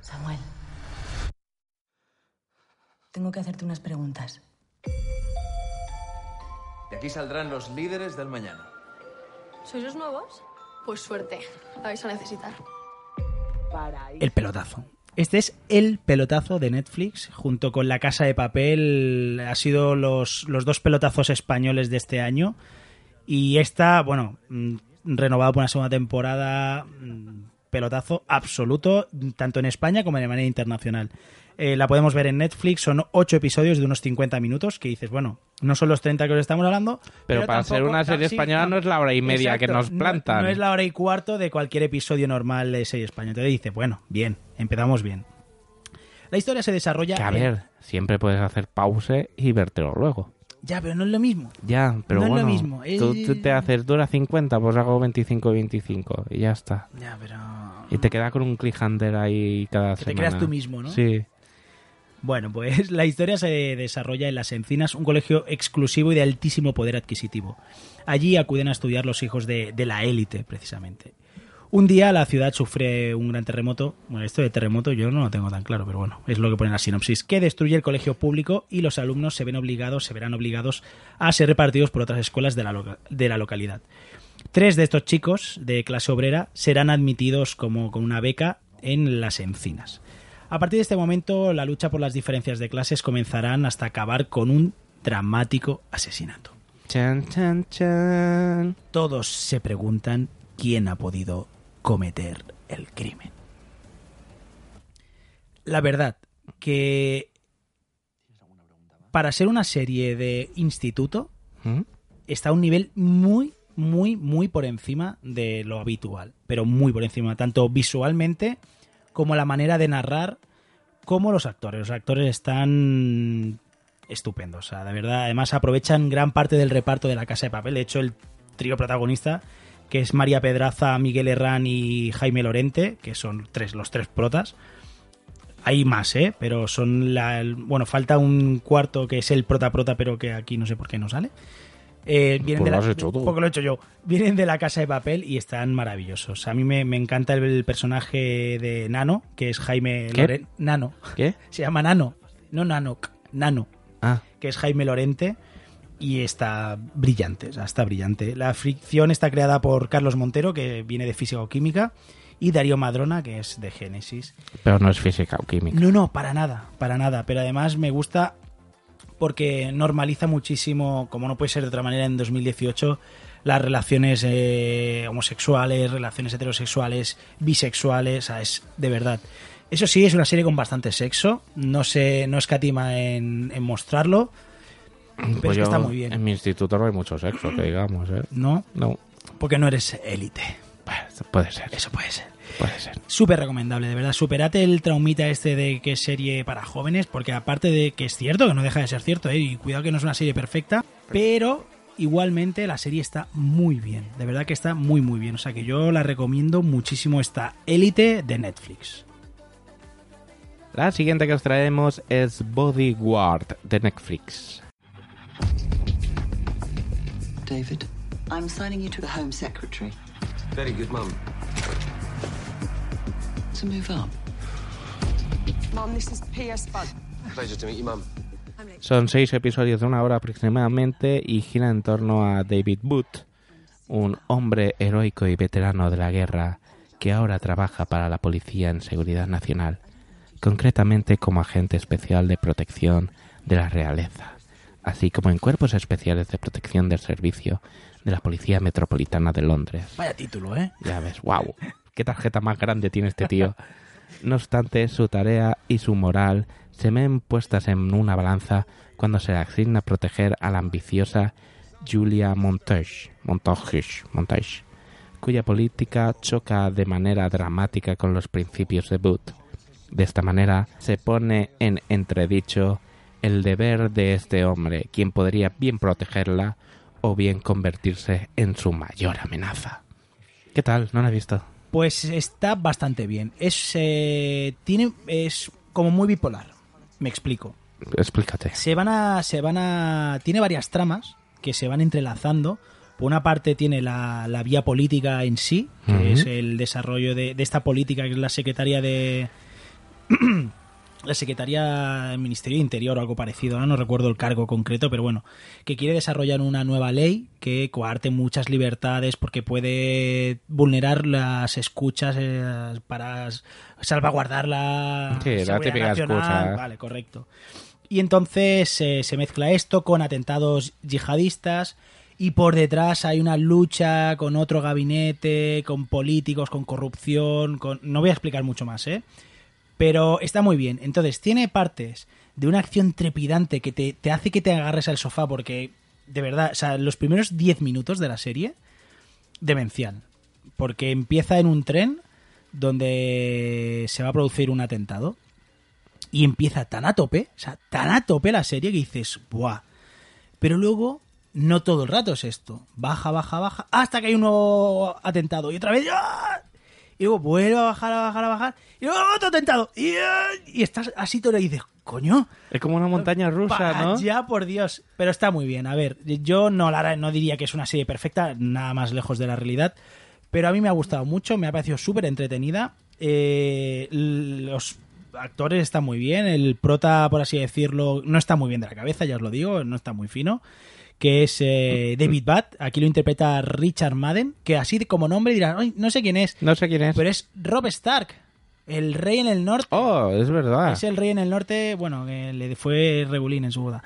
Samuel. Tengo que hacerte unas preguntas.
De aquí saldrán los líderes del mañana.
¿Sois los nuevos? Pues suerte, la vais a necesitar.
El pelotazo. Este es el pelotazo de Netflix, junto con La Casa de Papel. Ha sido los, los dos pelotazos españoles de este año. Y esta, bueno, mm, renovada por una segunda temporada, mm, pelotazo absoluto, tanto en España como de manera internacional. Eh, la podemos ver en Netflix, son ocho episodios de unos 50 minutos, que dices, bueno, no son los 30 que os estamos hablando.
Pero, para ser
tampoco-
una serie
sí,
española no es la hora y media que
Exacto.
nos
No-
plantan.
No, es la hora y cuarto de cualquier episodio normal de serie española. Entonces dice, bueno, bien, empezamos bien. La historia se desarrolla.
Que a
en-
ver, siempre puedes hacer pause y vértelo luego.
Ya, pero no es lo mismo.
Ya, pero
No es lo
bueno,
mismo,
Tú,
eh.
tú te haces dura 50, pues hago 25 25 y ya está.
Ya, pero.
Y te queda con un cliffhanger ahí cada
te
semana.
creas tú mismo, ¿no?
Sí.
Bueno, pues la historia se desarrolla en Las Encinas, un colegio exclusivo y de altísimo poder adquisitivo. Allí acuden a estudiar los hijos de, de la élite, precisamente. Un día la ciudad sufre un gran terremoto. Bueno, esto de terremoto yo no lo tengo tan claro, pero bueno, es lo que pone en la sinopsis. Que destruye el colegio público y los alumnos se ven obligados, se verán obligados a ser repartidos por otras escuelas de la, loca- de la localidad. Tres de estos chicos de clase obrera serán admitidos como con una beca en las encinas. A partir de este momento, la lucha por las diferencias de clases comenzarán hasta acabar con un dramático asesinato.
Chan, chan, chan.
Todos se preguntan quién ha podido cometer el crimen. La verdad que para ser una serie de instituto
¿Mm?
está a un nivel muy, muy, muy por encima de lo habitual, pero muy por encima, tanto visualmente como la manera de narrar, como los actores. Los actores están estupendos, o sea, de verdad. Además, aprovechan gran parte del reparto de la casa de papel. De hecho, el trío protagonista, que es María Pedraza, Miguel Herrán y Jaime Lorente, que son tres, los tres protas. Hay más, ¿eh? Pero son la. el- Bueno, falta un cuarto que es el prota-prota, pero que aquí no sé por qué no sale. Eh, vienen
Pues
de
lo
la-
has hecho tú.
Porque lo he hecho yo. Vienen de la casa de papel y están maravillosos. A mí me, me encanta el, personaje de Nano, que es Jaime
¿Qué?
Lorente. Nano.
¿Qué?
Se llama Nano. No Nanoc, Nano.
Ah.
Que es Jaime Lorente. Y está brillante, o sea, está brillante. La fricción está creada por Carlos Montero, que viene de Física o Química, y Darío Madrona, que es de Génesis.
Pero no es física o química.
No, no, para nada, para nada. Pero además me gusta porque normaliza muchísimo, como no puede ser de otra manera en 2018, las relaciones eh, homosexuales, relaciones heterosexuales, bisexuales, o sea, es de verdad. Eso sí, es una serie con bastante sexo, no se no escatima en, en mostrarlo, pero
Pues
es que está
yo-
muy bien,
En mi instituto no hay mucho sexo, que digamos, ¿eh?
¿no?
No, Pues,
Porque no eres élite.
puede ser.
Eso puede ser.
Puede ser.
Súper recomendable, de verdad. Superate el traumita este de que es serie para jóvenes, porque aparte de que es cierto, que no deja de ser cierto, ¿eh? y cuidado que no es una serie perfecta, pero igualmente la serie está muy bien. De verdad que está muy, muy bien. O sea que yo la recomiendo muchísimo esta élite de Netflix.
La siguiente que os traemos es Bodyguard de Netflix.
David, I'm assigning you to the Home Secretary
Very good, mum.
to move up.
Mum, this is P.S. Bud.
Pleasure to meet you, mum.
Son seis episodios de una hora aproximadamente y gira en torno a David Booth, un hombre heroico y veterano de la guerra que ahora trabaja para la Policía en Seguridad Nacional, concretamente como agente especial de protección de la realeza, así como en cuerpos especiales de protección del servicio de la Policía Metropolitana de Londres.
Vaya título, ¿eh?
Ya ves, wow. Qué tarjeta más grande tiene este tío. No obstante, su tarea y su moral se ven puestas en una balanza cuando se le asigna proteger a la ambiciosa Julia Montage, Montage, Montage, cuya política choca de manera dramática con los principios de Booth. De esta manera se pone en entredicho el deber de este hombre, quien podría bien protegerla o bien convertirse en su mayor amenaza. ¿Qué tal? ¿No la he visto?
Pues está bastante bien. Es, eh, tiene, es como muy bipolar. Me explico.
Explícate.
Se van a. Se van a. Tiene varias tramas que se van entrelazando. Por una parte tiene la, la vía política en sí, que
Ujú.
es el desarrollo de, de esta política, que es la secretaria de. la secretaria del Ministerio de Interior o algo parecido, ahora no recuerdo el cargo concreto, pero bueno, que quiere desarrollar una nueva ley que coarte muchas libertades porque puede vulnerar las escuchas eh, para salvaguardar la
Sí, la
seguridad
típica
nacional.
excusa. ¿eh?
Vale, correcto. Y entonces eh, se mezcla esto con atentados yihadistas y por detrás hay una lucha con otro gabinete, con políticos, con corrupción, con... No voy a explicar mucho más, ¿eh? Pero está muy bien. Entonces, tiene partes de una acción trepidante que te, te hace que te agarres al sofá porque, de verdad, o sea, los primeros 10 minutos de la serie, demencial. Porque empieza en un tren donde se va a producir un atentado y empieza tan a tope, o sea, tan a tope la serie que dices, ¡buah! Pero luego, no todo el rato es esto. Baja, baja, baja, hasta que hay un nuevo atentado y otra vez, ¡ah! Y luego vuelve a bajar, a bajar, a bajar. Y luego otro atentado. Y, ¡ah! y estás así todo y dices, coño.
Es como una montaña rusa, ¿no?
Ya, por Dios. Pero está muy bien. A ver, yo no, la, no diría que es una serie perfecta, nada más lejos de la realidad. Pero a mí me ha gustado mucho, me ha parecido súper entretenida. Eh, los actores están muy bien. El prota, por así decirlo, no está muy bien de la cabeza, ya os lo digo, no está muy fino. Que es eh, David Batt. Aquí lo interpreta Richard Madden. Que así como nombre dirán, "Ay, no sé quién es.
No sé quién es.
Pero es Rob Stark, el rey en el norte.
Oh, es verdad.
Es el rey en el norte, bueno, que le fue regulín en su boda.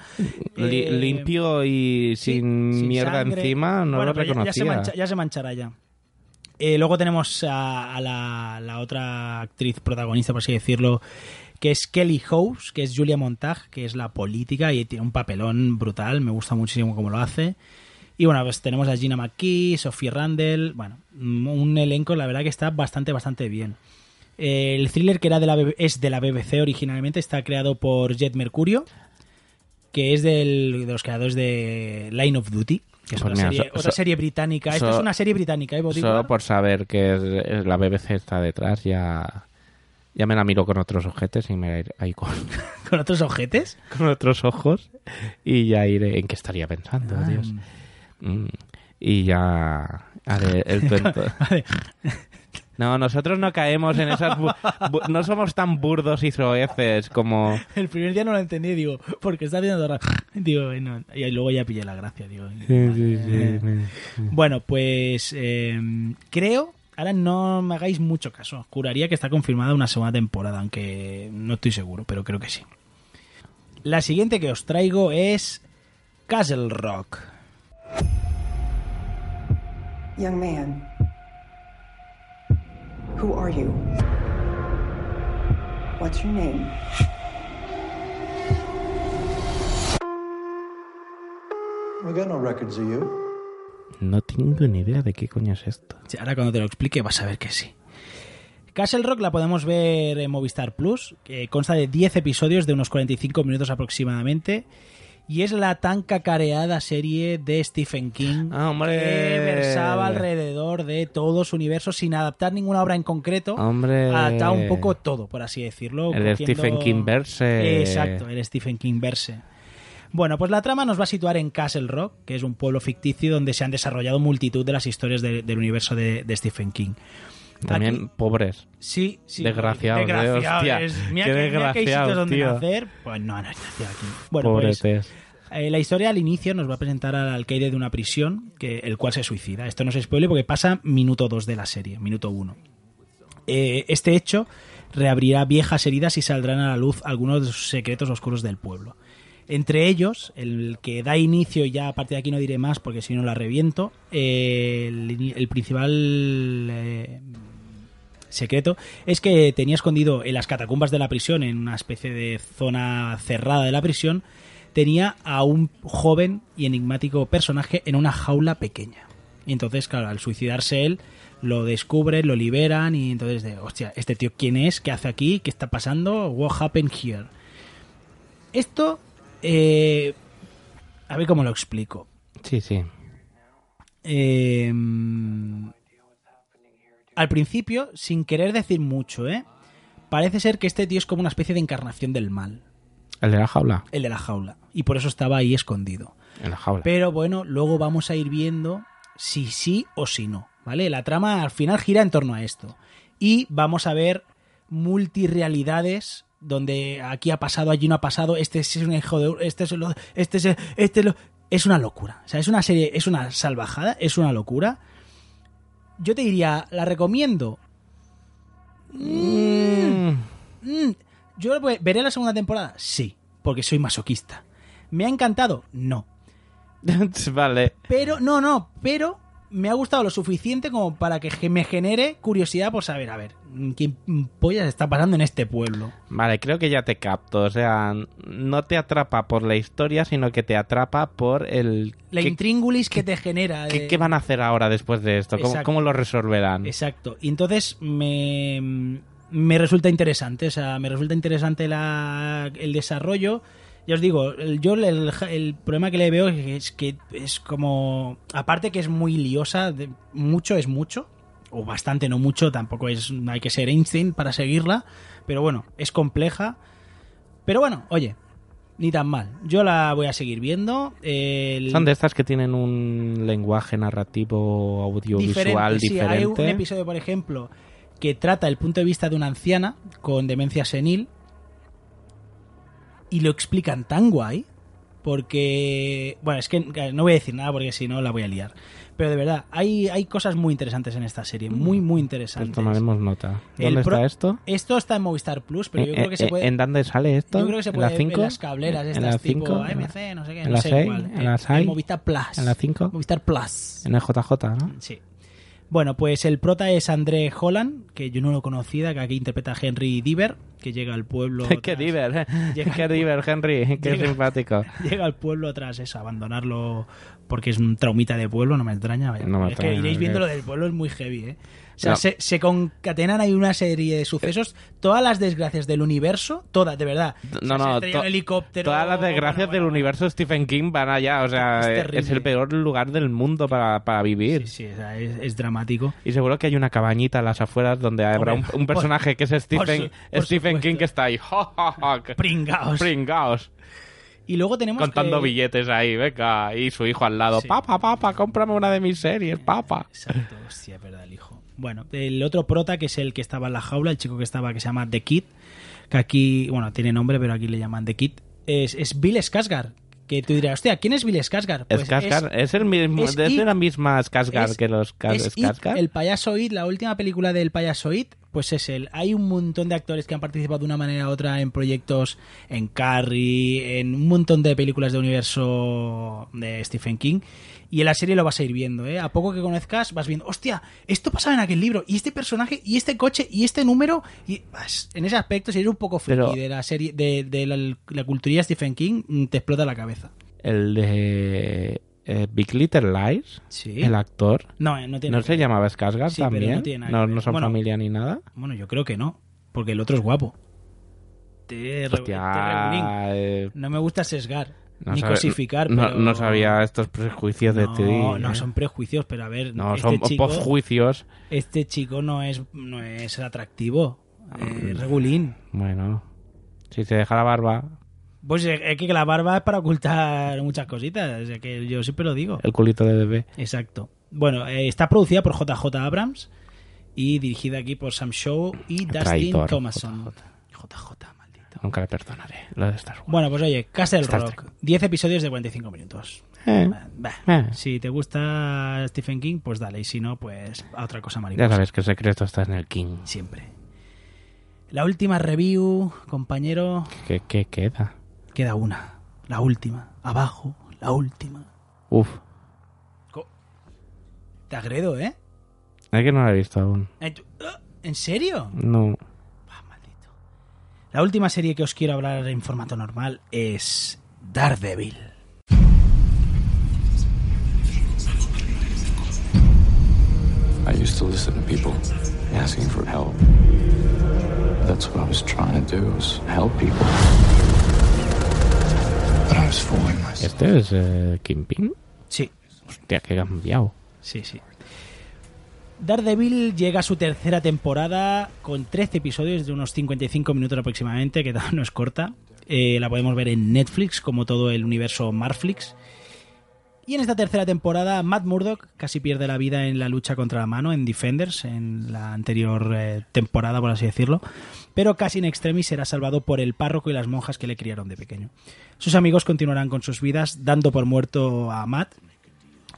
Li-
Eh,
limpio y sin,
sin
mierda
sangre.
encima, no
Bueno,
lo
pero ya-
reconocía.
Ya, se mancha- ya se manchará ya. Eh, luego tenemos a, a la, la otra actriz protagonista, por así decirlo, que es Kelly House, que es Julia Montag, que es la política y tiene un papelón brutal, me gusta muchísimo cómo lo hace. Y bueno, pues tenemos a Gina McKee, Sophie Randall, bueno, mm, un elenco, la verdad que está bastante, bastante bien. Eh, el thriller que era de la B- es de la BBC originalmente está creado por Jet Mercurio, que es del- de los creadores de Line of Duty, que es
Pues
una
mira,
serie-
so-
otra
so-
serie británica. Esto
so-
es una serie británica, ¿eh? Bodyguard?
Solo por saber que es- es la BBC está detrás, ya, ya me la miro con otros ojetes y me iré ahí con,
¿Con otros ojetes?
con otros ojos y ya iré en qué estaría pensando,
Ah.
Dios. Mm, y ya haré el tonto. No, nosotros no caemos en esas... bu- bu- no somos tan burdos y soeces como...
El primer día no lo entendí, digo, porque está haciendo ra- digo, bueno, y luego ya pillé la gracia, digo. Bueno, pues eh, creo, ahora no me hagáis mucho caso, juraría que está confirmada una segunda temporada, aunque no estoy seguro, pero creo que sí. La siguiente que os traigo es Castle Rock.
Young man, who are you? What's your name?
We got no records of you.
No tengo ni idea de qué coño es esto.
Sí, Ahora cuando te lo explique vas a ver que sí. Castle Rock la podemos ver en Movistar Plus, que consta de 10 episodios de unos 45 minutos aproximadamente. Y es la tan cacareada serie de Stephen King
Ah, hombre.
que versaba alrededor de todo su universo sin adaptar ninguna obra en concreto.
Hombre.
Adaptaba Ah, un poco todo, por así decirlo.
El
cogiendo-
Stephen King verse.
Exacto, el Stephen King verse. Bueno, pues la trama nos va a situar en Castle Rock, que es un pueblo ficticio donde se han desarrollado multitud de las historias de- del universo de, de Stephen King.
También
Aquí-
pobres.
Sí, sí.
Desgraciados. eh,
Desgraciados,
hostia,
mira
qué
que- mira que hay sitios
desgraciados,
donde
tío.
nacer. Pues no, no, nacido aquí. Bueno, pues,
Pobretes.
eh, la historia al inicio nos va a presentar al alcaide de una prisión, que, el cual se suicida. Esto no es spoiler porque pasa minuto 2 de la serie, minuto 1. este hecho reabrirá viejas heridas y saldrán a la luz algunos de sus secretos oscuros del pueblo. Entre ellos, el que da inicio, y ya a partir de aquí no diré más porque si no la reviento, eh, el, el principal eh, secreto es que tenía escondido en las catacumbas de la prisión, en una especie de zona cerrada de la prisión, tenía a un joven y enigmático personaje en una jaula pequeña. Y entonces, claro, al suicidarse él, lo descubren, lo liberan y entonces de, hostia, este tío quién es, qué hace aquí, qué está pasando, what happened here. Esto, eh, a ver cómo lo explico.
Sí, sí.
Eh, al principio, sin querer decir mucho, ¿eh? Parece ser que este tío es como una especie de encarnación del mal.
¿El de la jaula?
El de la jaula. Y por eso estaba ahí escondido.
En la jaula.
Pero bueno, luego vamos a ir viendo si sí o si no. ¿Vale? La trama al final gira en torno a esto. Y vamos a ver multirealidades donde aquí ha pasado, allí no ha pasado, este es un hijo de... este es el... este es el- este es, el- es una locura. O sea, es una serie, es una salvajada, es una locura. Yo te diría, la recomiendo. Mm, mm. Yo pues, veré la segunda temporada, sí, porque soy masoquista. ¿Me ha encantado? No.
vale.
Pero, no, no, pero me ha gustado lo suficiente como para que ge- me genere curiosidad por saber, a ver, ¿qué pollas está pasando en este pueblo?
Vale, creo que ya te capto. O sea, no te atrapa por la historia, sino que te atrapa por el...
La
¿qué,
intríngulis que te genera.
qué-
de-
qué van a hacer ahora después de esto? ¿Cómo,
Exacto.
cómo lo resolverán?
Exacto. Y entonces me, me resulta interesante. O sea, me resulta interesante la, el desarrollo. Ya os digo, el- yo el, el problema que le veo es que es como. Aparte que es muy liosa, de- mucho es mucho. O bastante, no mucho, tampoco es. Hay que ser Einstein para seguirla. Pero bueno, es compleja. Pero bueno, oye, ni tan mal. Yo la voy a seguir viendo. El-
Son de estas que tienen un lenguaje narrativo audiovisual
diferente. Sí, hay un
diferente.
episodio, por ejemplo, que trata el punto de vista de una anciana con demencia senil y lo explican tan guay porque... Bueno, es que eh, no voy a decir nada porque si no la voy a liar. Pero de verdad, hay, hay cosas muy interesantes en esta serie, muy, muy
Pues
interesantes.
tomaremos nota.
El
¿Dónde
pro-
está esto?
Esto está en Movistar Plus, pero yo
Eh,
creo que
eh,
se puede...
¿En dónde sale esto?
Yo creo que se
¿En
puede
la
ver
cinco?
en las cableras
¿En
estas
la
tipo
cinco?
AMC, no sé qué,
¿En
no
la
sé
seis?
cuál. eh,
¿En la
En- en
seis?
Movistar Plus.
¿En la 5?
Movistar Plus.
En el JJ, ¿no?
Sí. Bueno, pues el prota es André Holland, que yo no lo conocía, que aquí interpreta a Henry Diver, que llega al pueblo.
¡Qué
tras-
diver! eh.
Llega-
¡Qué diver, Henry! ¡Qué
Llega-
simpático!
Llega al pueblo tras eso, abandonarlo porque es un traumita de pueblo, no me extraña. vaya.
No me
es
extraña,
que iréis
que-
viendo lo del pueblo, es muy heavy, ¿eh? O sea,
No.
se, se concatenan ahí una serie de sucesos, todas las desgracias del universo, todas, de verdad.
No,
O sea, se
no,
estrella un
to-
helicóptero.
todas las desgracias del universo Stephen King van allá. O sea,
Es
es,
terrible.
el peor lugar del mundo para, para vivir.
Sí, o sea, es, es dramático.
Y seguro que hay una cabañita a las afueras donde habrá un,
Hombre,
un
por-
personaje que es Stephen,
su- por
Stephen King que está ahí. ¡Ja, ja, ja!
Pringaos.
Pringaos.
Y luego tenemos.
Contando
que-
billetes ahí, venga. Y su hijo al lado.
Sí.
Papa, papa, cómprame una de mis series, papa.
Exacto, hostia, es verdad, el hijo. Bueno, el otro prota, que es el que estaba en la jaula, el chico que estaba, que se llama The Kid, que aquí, bueno, tiene nombre, pero aquí le llaman The Kid, es, es Bill Skarsgård. Que tú dirás, hostia, ¿quién es Bill Skarsgård? Pues
Skarsgård, es, el mismo, es,
es It-
la misma Skarsgård
es-
que los Skars-
es It,
Skarsgård.
el payaso It, la última película del payaso It, pues es él. Hay un montón de actores que han participado de una manera u otra en proyectos, en Carrie, en un montón de películas de universo de Stephen King. Y en la serie lo vas a ir viendo, ¿eh? A poco que conozcas, vas viendo, hostia, esto pasaba en aquel libro, y este personaje, y este coche, y este número, y vas, en ese aspecto, si eres un poco friki
Pero-
de la serie, de, de la, la cultura de Stephen King, mm, te explota la cabeza.
El de eh, Big Little Lies,
Sí.
el actor.
No, eh, no tiene
¿No
que
se
ver.
llamaba Skarsgård
Sí, pero
también?
no tiene nada que
no,
ver.
no son
Bueno,
familia ni nada.
Bueno, yo creo que no, porque el otro es guapo. Te, re-
Hostia,
te regulín.
eh,
No me gusta sesgar
no
ni
sabe-
cosificar,
no,
pero...
no sabía estos prejuicios de ti.
No,
eh.
no son prejuicios, pero a ver,
No,
este
son
chico,
posjuicios.
este chico no es no es atractivo,
Ah,
eh, regulín.
Bueno, si se deja la barba,
Pues es es que la barba es para ocultar muchas cositas, o sea que yo siempre lo digo.
el culito de bebé.
Exacto. Bueno, eh, está producida por JJ Abrams y dirigida aquí por Sam Shaw y Dustin
Traidor,
Thomason.
Nunca le perdonaré lo de Star Wars.
Bueno, pues oye, Castle
Star
Rock, 10 episodios de 45 minutos. Ah,
Eh,
Bah,
eh.
Si te gusta Stephen King, pues dale, y si no, pues a otra cosa mariposa.
Ya sabes que el secreto está en el King.
Siempre. La última review, compañero,
¿Qué, qué queda?
queda una. la última, abajo, la última.
Uf.
Te agredo, ¿eh?
Es que no la he visto aún.
Eh, tú- ah, ¿En serio? Ah,
No.
La última serie que os quiero hablar en formato normal es Daredevil.
I used to listen to people asking for help. That's what I was trying to do, was help people. But I was fooling myself.
¿Este es eh, Kingpin?
Sí.
Hostia, que cambiado.
Sí, sí. Daredevil llega a su tercera temporada con 13 episodios de unos 55 minutos aproximadamente, que no es corta. Eh, la podemos ver en Netflix, como todo el universo Marflix. Y en esta tercera temporada, Matt Murdock casi pierde la vida en la lucha contra la mano en Defenders, en la anterior eh, temporada, por así decirlo. Pero casi en extremis será salvado por el párroco y las monjas que le criaron de pequeño. Sus amigos continuarán con sus vidas, dando por muerto a Matt,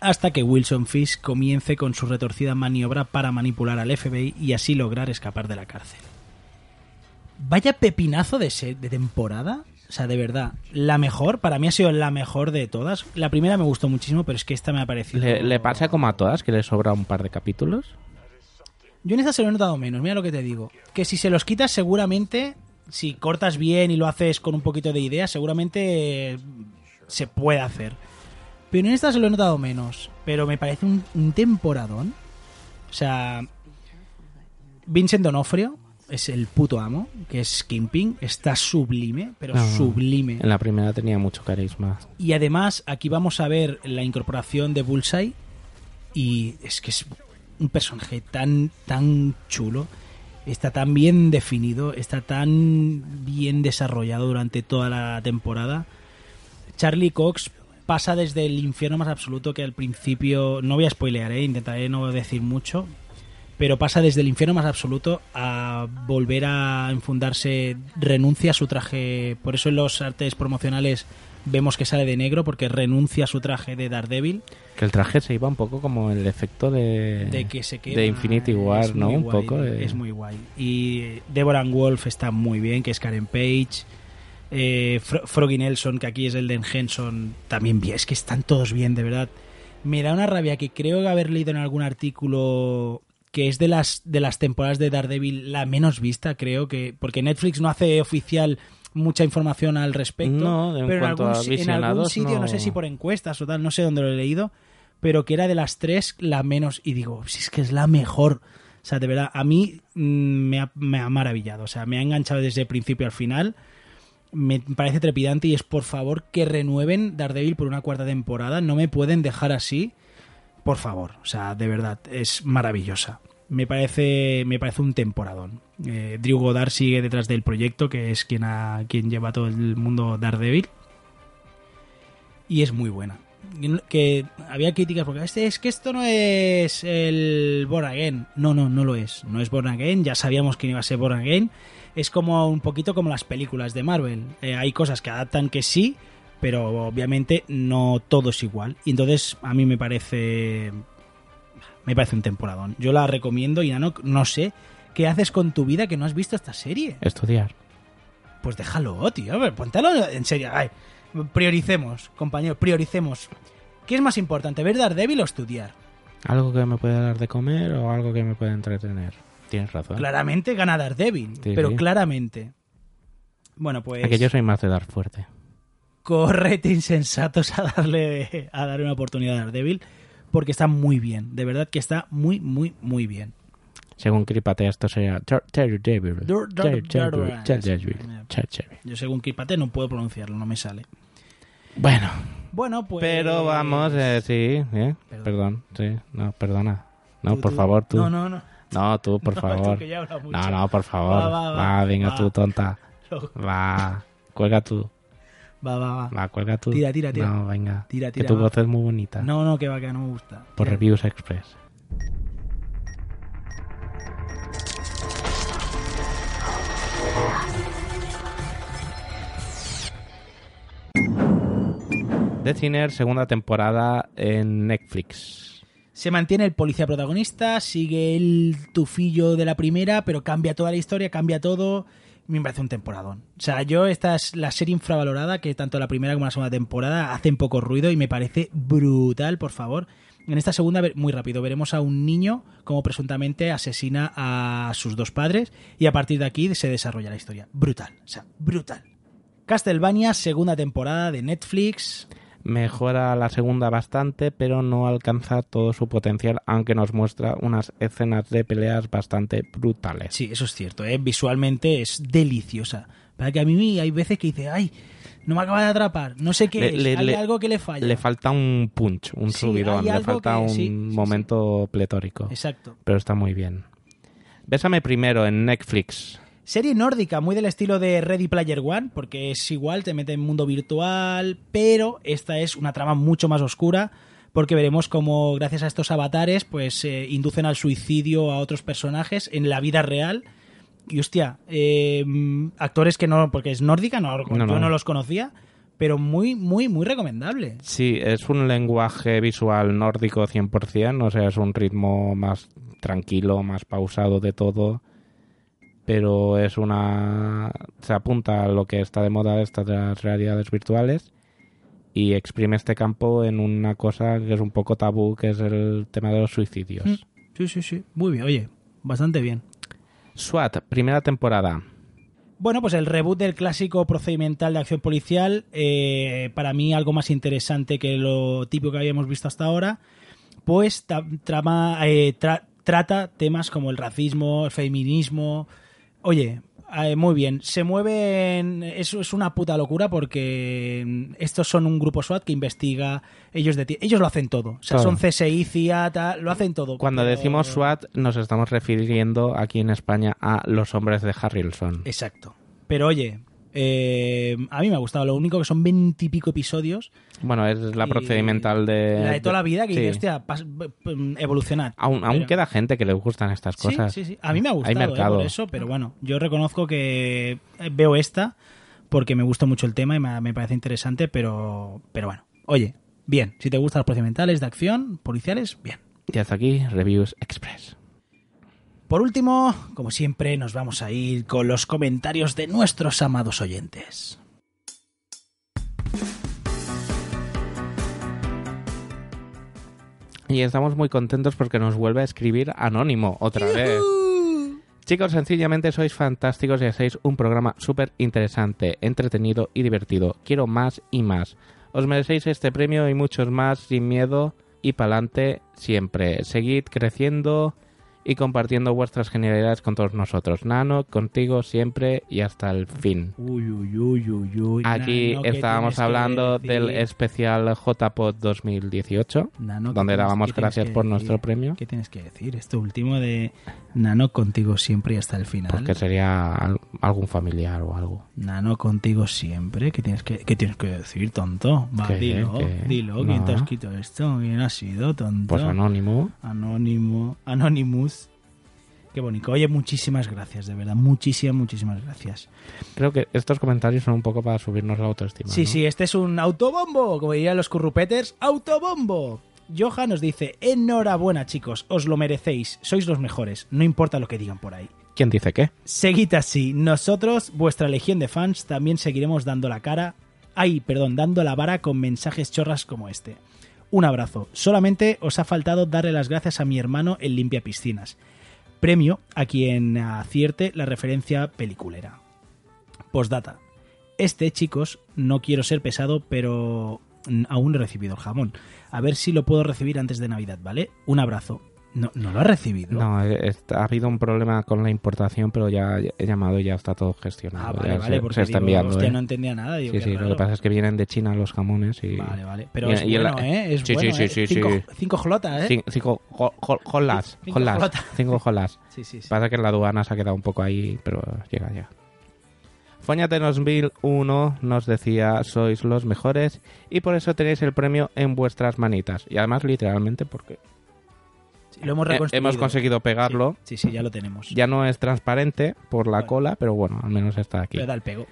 hasta que Wilson Fish comience con su retorcida maniobra para manipular al FBI y así lograr escapar de la cárcel. Vaya pepinazo de, se- de temporada. O sea, de verdad, la mejor, para mí ha sido la mejor de todas. La primera me gustó muchísimo, pero es que esta me ha parecido...
¿Le, le pasa como a todas que le sobra un par de capítulos?
Yo en esta se lo he notado menos, mira lo que te digo. Que si se los quitas, seguramente, si cortas bien y lo haces con un poquito de idea, seguramente eh, se puede hacer. Pero en esta se lo he notado menos. Pero me parece un, un temporadón. O sea, Vincent Donofrio es el puto amo, que es Kingpin. Está sublime, pero
No.
sublime.
En la primera tenía mucho carisma.
Y además, aquí vamos a ver la incorporación de Bullseye. Y es que es un personaje tan, tan chulo. Está tan bien definido, está tan bien desarrollado durante toda la temporada. Charlie Cox pasa desde el infierno más absoluto que al principio. No voy a spoilear, ¿eh? intentaré no decir mucho. Pero pasa desde el infierno más absoluto a volver a enfundarse. Renuncia a su traje. Por eso en los artes promocionales vemos que sale de negro, porque renuncia a su traje de Daredevil.
Que el traje se iba un poco como el efecto de.
De que se queda,
Eh, De Infinity
es
War,
muy
¿no? Un
guay,
poco. eh.
Es muy guay. Y Deborah Ann Wolf está muy bien, que es Karen Page. Eh, Fro- Froggy Nelson, que aquí es el de Henson, también bien. Es que están todos bien, de verdad. Me da una rabia que creo que haber leído en algún artículo que es de las, de las temporadas de Daredevil la menos vista, creo que. Porque Netflix no hace oficial mucha información al respecto.
No, de- en
pero en
cuanto
algún,
a
si- en algún
visionados,
sitio, no...
no.
sé si por encuestas o tal, no sé dónde lo he leído, pero que era de las tres la menos. Y digo, si es que es la mejor. O sea, de verdad, a mí mm, me ha, me ha maravillado. O sea, me ha enganchado desde el principio al final. Me parece trepidante y es por favor que renueven Daredevil por una cuarta temporada. No me pueden dejar así. Por favor. O sea, de verdad, es maravillosa. Me parece, me parece un temporadón. Eh, Drew Goddard sigue detrás del proyecto, que es quien, ha- quien lleva todo el mundo Daredevil. Y es muy buena. Y no- Que había críticas porque este es que esto no es el Born Again. No, no, no lo es. No es Born Again. Ya sabíamos que no iba a ser Born Again. Es como un poquito como las películas de Marvel. Eh, hay cosas que adaptan que sí, pero obviamente no todo es igual. Y entonces a mí me parece. Me parece un temporadón. Yo la recomiendo y no, no sé qué haces con tu vida que no has visto esta serie.
Estudiar.
Pues déjalo, tío. A ver, póntalo en serio. Ay, prioricemos, compañero, prioricemos. ¿Qué es más importante, ver Daredevil o estudiar?
Algo que me puede dar de comer o algo que me puede entretener. Tienes razón.
Claramente gana Daredevil,
Ah. Sí,
pero
sí.
claramente. Bueno, pues...
Es que yo soy más de dar fuerte.
correte insensatos a darle a darle una oportunidad a Daredevil porque está muy bien, de verdad que está muy muy muy bien.
Según Cripatea, esto sería. Dar-
Dar-
Daredevil.
dar- Daredevil.
Daredevil, Daredevil,
Sí, mira.
Daredevil.
Yo según Kipate no puedo pronunciarlo, no me sale.
Bueno.
Bueno, pues
Pero vamos, eh, sí, ¿eh? Perdón. sí, no, perdona. No,
Tú,
por
tú.
favor, tú.
No, no, no.
No, tú, por
No, tú,
favor.
que ya habla mucho.
no, no, por favor.
Va,
Va,
va, va,
venga
va.
tú, tonta.
Loco.
Va, cuelga tú.
Va, va, va.
Va, cuelga tú.
Tira, tira, tira.
No, venga.
Tira,
que
tira,
tu
va.
voz es muy bonita.
No, no, que va, que no me gusta.
Por
Tira.
Reviews Express. The Sinner, segunda temporada en Netflix.
Se mantiene el policía protagonista, sigue el tufillo de la primera, pero cambia toda la historia, cambia todo. me parece un temporadón. O sea, yo esta es la serie infravalorada que tanto la primera como la segunda temporada hacen poco ruido y me parece brutal, por favor. En esta segunda, muy rápido, veremos a un niño como presuntamente asesina a sus dos padres y a partir de aquí se desarrolla la historia. Brutal, o sea, brutal. Castlevania, segunda temporada de Netflix.
Mejora la segunda bastante, pero no alcanza todo su potencial, aunque nos muestra unas escenas de peleas bastante brutales.
Sí, eso es cierto, ¿eh? visualmente es deliciosa. Para que a mí hay veces que dice, ay, no me acaba de atrapar, no sé qué
Le-
es,
le-
hay
le-
algo que le falla.
Le falta un punch, un
Sí,
subidón,
hay
le
algo
falta
que-
un
sí, sí, sí.
momento pletórico.
Exacto.
Pero está muy bien. Bésame primero en Netflix.
Serie nórdica, muy del estilo de Ready Player One, porque es igual, te mete en mundo virtual, pero esta es una trama mucho más oscura, porque veremos cómo gracias a estos avatares, pues eh, inducen al suicidio a otros personajes en la vida real. Y hostia, eh, mm, actores que no, porque es nórdica, no,
No,
yo
no.
no los conocía, pero muy, muy, muy recomendable.
Sí, es un lenguaje visual nórdico 100%, o sea, es un ritmo más tranquilo, más pausado de todo, pero es una... se apunta a lo que está de moda de estas de las realidades virtuales y exprime este campo en una cosa que es un poco tabú, que es el tema de los suicidios.
Mm. Sí, sí, sí, muy bien, oye, bastante bien.
SWAT, primera temporada.
Bueno, pues el reboot del clásico procedimental de acción policial, eh, para mí algo más interesante que lo típico que habíamos visto hasta ahora, pues ta- trama, eh, tra- trata temas como el racismo, el feminismo. Oye, eh, muy bien, se mueven, es, es una puta locura porque mm, estos son un grupo SWAT que investiga, ellos, deti- ellos lo hacen todo, o sea,
Todo.
son CSI, CIA, tal, lo hacen todo.
Cuando
pero-
decimos SWAT nos estamos refiriendo aquí en España a los hombres de Harrelson.
Exacto. Pero oye, eh, a mí me ha gustado. Lo único que son veintipico episodios.
Bueno, es la
Y
procedimental de...
la de toda la vida que
Sí.
dice, hostia, pas- p- p- evolucionar.
Aún, aún
Pero-
queda gente que le gustan estas
Sí,
cosas.
sí, sí. A mí me ha gustado
Hay
eh,
mercado.
por eso, pero bueno, yo reconozco que veo esta porque me gusta mucho el tema y me, me parece interesante, pero, pero bueno. Oye, bien, si te gustan los procedimentales de acción, policiales, bien.
Y hasta aquí, Reviews Express.
Por último, como siempre, nos vamos a ir con los comentarios de nuestros amados oyentes.
Y estamos muy contentos porque nos vuelve a escribir Anónimo otra vez. Chicos, sencillamente sois fantásticos y hacéis un programa súper interesante, entretenido y divertido. Quiero más y más. Os merecéis este premio y muchos más sin miedo y pa'lante siempre. Seguid creciendo y compartiendo vuestras genialidades con todos nosotros. Nano, contigo siempre y hasta el fin.
Uy, uy, uy, uy, uy.
Aquí
Nano, ¿qué tienes
estábamos
que
hablando
decir?
del especial JPod 2018,
Nano, ¿qué
donde
tienes-
dábamos
qué Pues, tienes
gracias
que
por
decir?
nuestro premio,
¿Qué tienes que decir? Esto último de Nano contigo siempre y hasta el final.
porque pues, sería al- algún familiar o algo.
Nano contigo siempre. ¿Qué tienes que, qué tienes que decir, tonto? Va,
¿Qué?
dilo,
¿Qué?
dilo. ¿Quién te ha
No.
escrito esto? ¿Quién ha sido, tonto?
Pues anónimo.
Anónimo. Anonymous. Qué bonito. Oye, muchísimas gracias, de verdad. Muchísimas, muchísimas gracias.
Creo que estos comentarios son un poco para subirnos la autoestima.
Sí,
¿no?
sí, este es un autobombo, como dirían los currupeters, autobombo. Johan nos dice, enhorabuena chicos, os lo merecéis, sois los mejores, no importa lo que digan por ahí.
¿Quién dice qué?
Seguid así, nosotros, vuestra legión de fans, también seguiremos dando la cara, ay, perdón, dando la vara con mensajes chorras como este. Un abrazo, solamente os ha faltado darle las gracias a mi hermano el limpia piscinas. Premio a quien acierte la referencia peliculera. Postdata. Este, chicos, no quiero ser pesado, pero mm, aún no he recibido el jamón. A ver si lo puedo recibir antes de Navidad, ¿vale? Un abrazo. No, no lo ha recibido.
No, eh, está- ha habido un problema con la importación, pero ya he llamado y ya está todo gestionado.
Ah, vale,
ya
vale,
se,
porque
se está
digo,
enviando.
hostia,
¿eh?
no entendía nada, digo,
sí,
qué
sí, lo
raro.
que pasa es que vienen de China los jamones y...
Vale, vale. Pero
y-
es
y el-
bueno, ¿eh? Es
sí,
bueno,
sí,
¿eh?
sí, sí,
cinco,
sí.
cinco jolotas, ¿eh?
Cin- Cinco, jo- jo- jolas,
Cinco
jolas,
jolotas.
cinco jolas.
Sí, sí, sí.
Pasa que en la aduana se ha quedado un poco ahí, pero llega ya. Foñate 2001 nos decía, sois los mejores y por eso tenéis el premio en vuestras manitas. Y además literalmente porque
Sí, Lo hemos
he-
reconstruido.
eh, hemos conseguido pegarlo.
Sí, sí, ya lo tenemos.
Ya no es transparente por la cola, pero bueno, al menos está aquí.
Pero da el pego.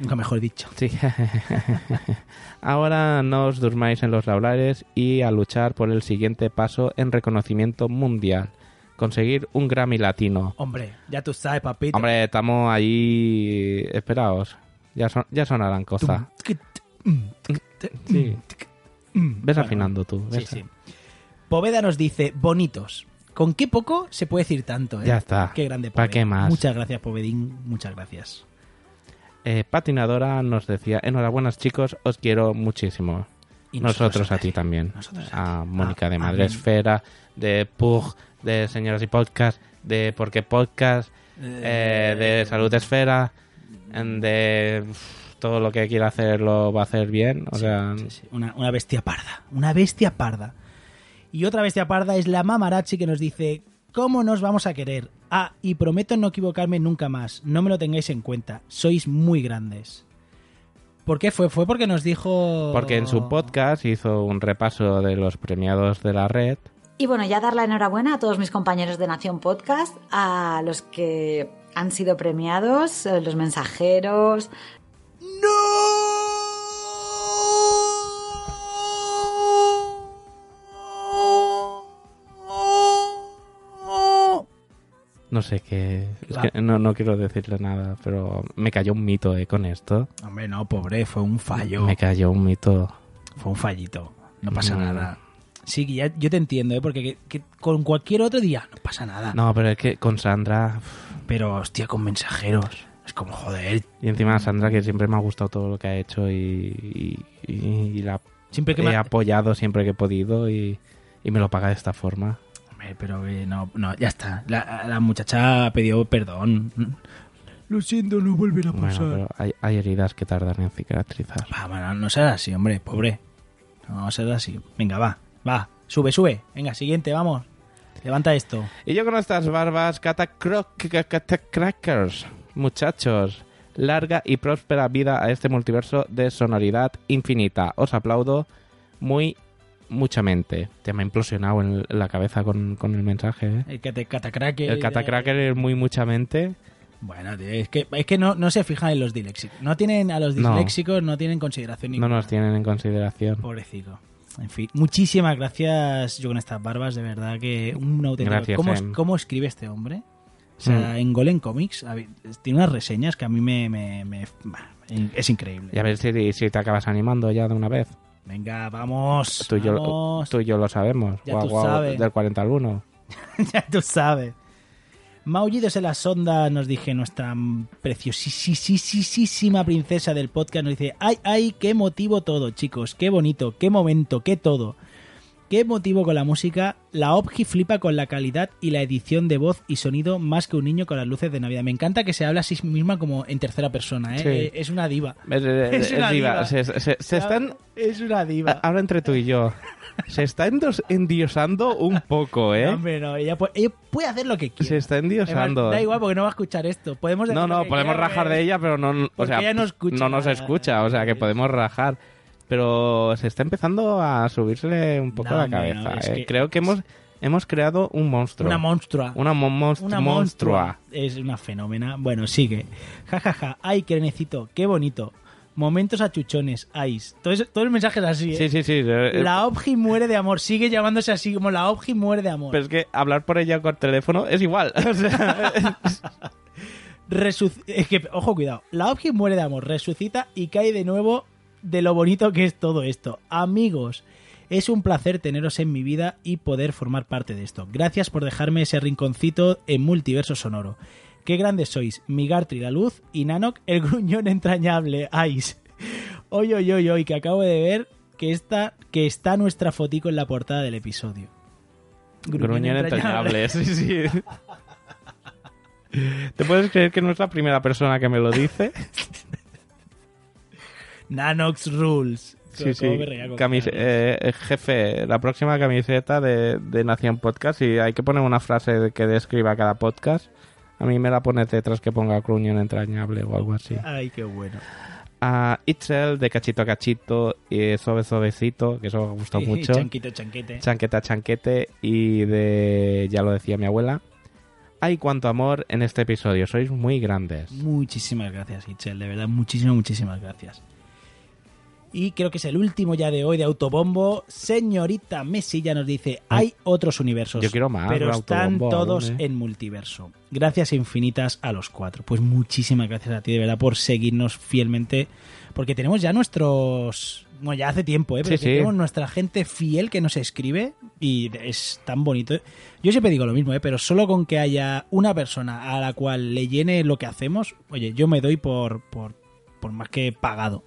Nunca mejor dicho.
Sí. Ahora no os durmáis en los laureles y a luchar por el siguiente paso en reconocimiento mundial. conseguir un Grammy latino.
Hombre, ya tú sabes, papito.
Hombre, estamos ahí. Esperaos. Ya, son, ya sonarán cosas. Sí. Ves afinando tú.
Sí,
ves.
sí. Poveda nos dice, bonitos. ¿Con qué poco se puede decir tanto? eh?
Ya está.
Qué grande Poveda.
¿Para qué más?
Muchas gracias, Povedín. Muchas gracias.
Eh, patinadora nos decía, enhorabuenas chicos, os quiero muchísimo.
Y
nosotros,
nosotros
a
a
ti también.
Nosotros
a Mónica de
a
Madre
mí.
Esfera, de Pug, de Señoras y Podcast, de Porque Podcast, eh, de Salud Esfera, en- de uf, todo lo que quiera hacer lo va a hacer bien. O sea,
Una, una bestia parda. Una bestia parda. Y otra bestia parda es la Mamarachi que nos dice, ¿cómo nos vamos a querer? Ah, y prometo no equivocarme nunca más. No me lo tengáis en cuenta. Sois muy grandes. ¿Por qué fue? Fue porque nos dijo...
porque en su podcast hizo un repaso de los premiados de la red.
Y bueno, ya dar la enhorabuena a todos mis compañeros de Nación Podcast, a los que han sido premiados, eh, los mensajeros.
No sé qué. es
Claro.
que no, no quiero decirle nada, pero me cayó un mito eh, con esto.
Hombre, no, pobre, fue un fallo.
Me cayó un mito.
Fue un fallito. No pasa
Mm.
nada. Sí, que ya- yo te entiendo, ¿eh? porque que- que con cualquier otro día no pasa nada.
No, pero es que con Sandra.
Pero hostia, con mensajeros. Es como joder.
Y encima Sandra, que siempre me ha gustado todo lo que ha hecho y, y, y- y la
Siempre que
he
me ha-
apoyado siempre que he podido y, y me lo paga de esta forma.
Hombre, pero eh, no, no, ya está. La, la muchacha pidió perdón. Lo siento, no pues, eh. volverá a
Bueno,
pasar.
pero hay, hay heridas que tardan en cicatrizar.
Ah, bueno, no será así, hombre, pobre. No será así. Venga, va, va. Sube, sube. Venga, siguiente, vamos. Levanta esto.
Y yo con estas barbas, catacrackers. Muchachos, larga y próspera vida a este multiverso de sonoridad infinita. Os aplaudo muy, mucha mente. Te me ha implosionado en la cabeza con, con el mensaje. ¿eh?
El cate- catacraque.
El catacracker es muy, mucha mente.
Bueno, tío, es que, es que no, no se fijan en los disléxicos. No tienen a los
No.
disléxicos, no, tienen consideración
No
ninguna.
nos tienen en consideración.
Pobrecito. En fin, muchísimas gracias, yo con estas barbas, de verdad que un auténtico.
Gracias,
¿Cómo,
Em.
cómo escribe este hombre? O sea,
Mm.
en Golem Comics a ver, tiene unas reseñas que a mí me. me- me- bah, es increíble.
Y a ver si, si te acabas animando ya de una vez.
Venga, vamos.
Tú y yo,
vamos.
tú y yo lo sabemos.
Ya
Guau,
tú
guau,
sabes.
Del 40 al 1.
ya tú sabes. Maullidos en las ondas, nos dije nuestra preciosísima princesa del podcast. Nos dice: ¡Ay, ay! ¡Qué emotivo todo, chicos! ¡Qué bonito! ¡Qué momento! ¡Qué todo! ¡Qué motivo con la música! La Opji flipa con la calidad y la edición de voz y sonido más que un niño con las luces de Navidad. Me encanta que se habla a sí misma como en tercera persona, ¿eh?
Sí.
Eh, Es una diva.
Es, es- es diva. Se, se- se- se están. Ah,
Es una diva.
Ahora entre tú y yo. Se está endos- endiosando un poco, ¿eh?
No, hombre, no, ella puede, ella puede hacer lo que quiera.
Se está endiosando.
Además, Da igual porque no va a escuchar esto. Podemos decir
No,
lo
no,
que eh,
podemos
quiera,
rajar
porque-
de ella, pero no, o
porque
sea,
ella no escucha
no nos
nada.
escucha, o sea que podemos rajar. Pero se está empezando a subirse un poco
No,
la
hombre,
cabeza.
no, es
¿eh?
que-
Creo que hemos, hemos creado un monstruo.
Una monstrua.
Una, mo- monst-
Una
monstrua.
monstrua. Es una fenómena. Bueno, sigue. Ja, ja, ja. Ay, qué necesito. Qué bonito. Momentos achuchones. Ais. Todo, eso- todo el mensaje es así. ¿eh?
Sí, sí, sí. eh,
La Obji muere de amor. Sigue llamándose así como la Obji muere de amor.
Pero es que hablar por ella con teléfono es igual. O sea,
Resuc- es que, ojo, cuidado. La Obji muere de amor, resucita y cae de nuevo de lo bonito que es todo esto. Amigos, es un placer teneros en mi vida y poder formar parte de esto. Gracias por dejarme ese rinconcito en multiverso sonoro. Qué grandes sois, Migartri la luz y Nanok el gruñón entrañable, Ice. Oy, oy, oy, oy, que acabo de ver que está, que está nuestra fotico en la portada del episodio.
Gruñón entrañable, sí, sí. ¿Te puedes creer que no es la primera persona que me lo dice?
Nanox Rules.
Sí, sí.
Cómo me reía con
Camis- eh, eh, jefe, la próxima camiseta de, de Nación Podcast, y hay que poner una frase de- que describa cada podcast, a mí me la pones detrás que ponga gruñón entrañable o algo así.
Ay, qué bueno.
A Itzel de cachito a cachito y sobe sobecito, que eso me gustó
Sí,
mucho.
chanquito, chanquete.
Chanqueta chanquete y de ya lo decía mi abuela. Hay cuánto amor en este episodio, sois muy grandes.
Muchísimas gracias, Itzel, de verdad, muchísimas, muchísimas gracias. Y creo que es el último ya de hoy de Autobombo. Señorita Messi ya nos dice, hay otros universos.
Ah. Yo quiero más,
Pero están
Autobombo aún,
todos
¿eh?
en multiverso. Gracias infinitas a los cuatro. Pues muchísimas gracias a ti de verdad por seguirnos fielmente. Porque tenemos ya nuestros... Bueno, ya hace tiempo, ¿eh? Pero
Sí,
que
sí.
tenemos nuestra gente fiel que nos escribe y es tan bonito. Yo siempre digo lo mismo, ¿eh? Pero solo con que haya una persona a la cual le llene lo que hacemos, oye, yo me doy por, por, por más que pagado.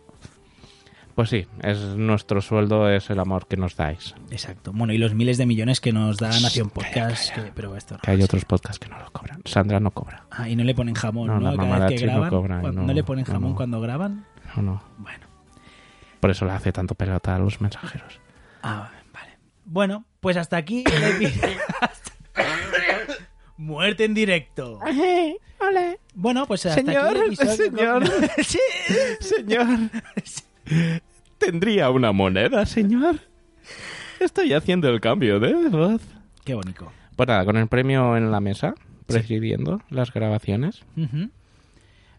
Pues sí, es nuestro sueldo, es el amor que nos dais.
Exacto. Bueno, y los miles de millones que nos da Nación Podcast, que- pero esto no.
Que hay otros podcasts que no los cobran. Sandra no cobra.
Ah, y no le ponen jamón, ¿no?
No, la
Cada vez que
mamarrachi no
graban.
cobra,
cuando-
no,
no le ponen
no,
jamón
no.
cuando graban.
No, no.
Bueno.
Por eso le hace tanto pelota a los mensajeros.
Ah, vale. Bueno, pues hasta aquí el epi- Muerte en directo.
Hola.
Bueno, pues hasta aquí el episodio. Sí.
señor. ¿Tendría una moneda, señor? Estoy haciendo el cambio de voz.
Qué bonito.
Pues nada, con el premio en la mesa, presidiendo las grabaciones.
Ujú.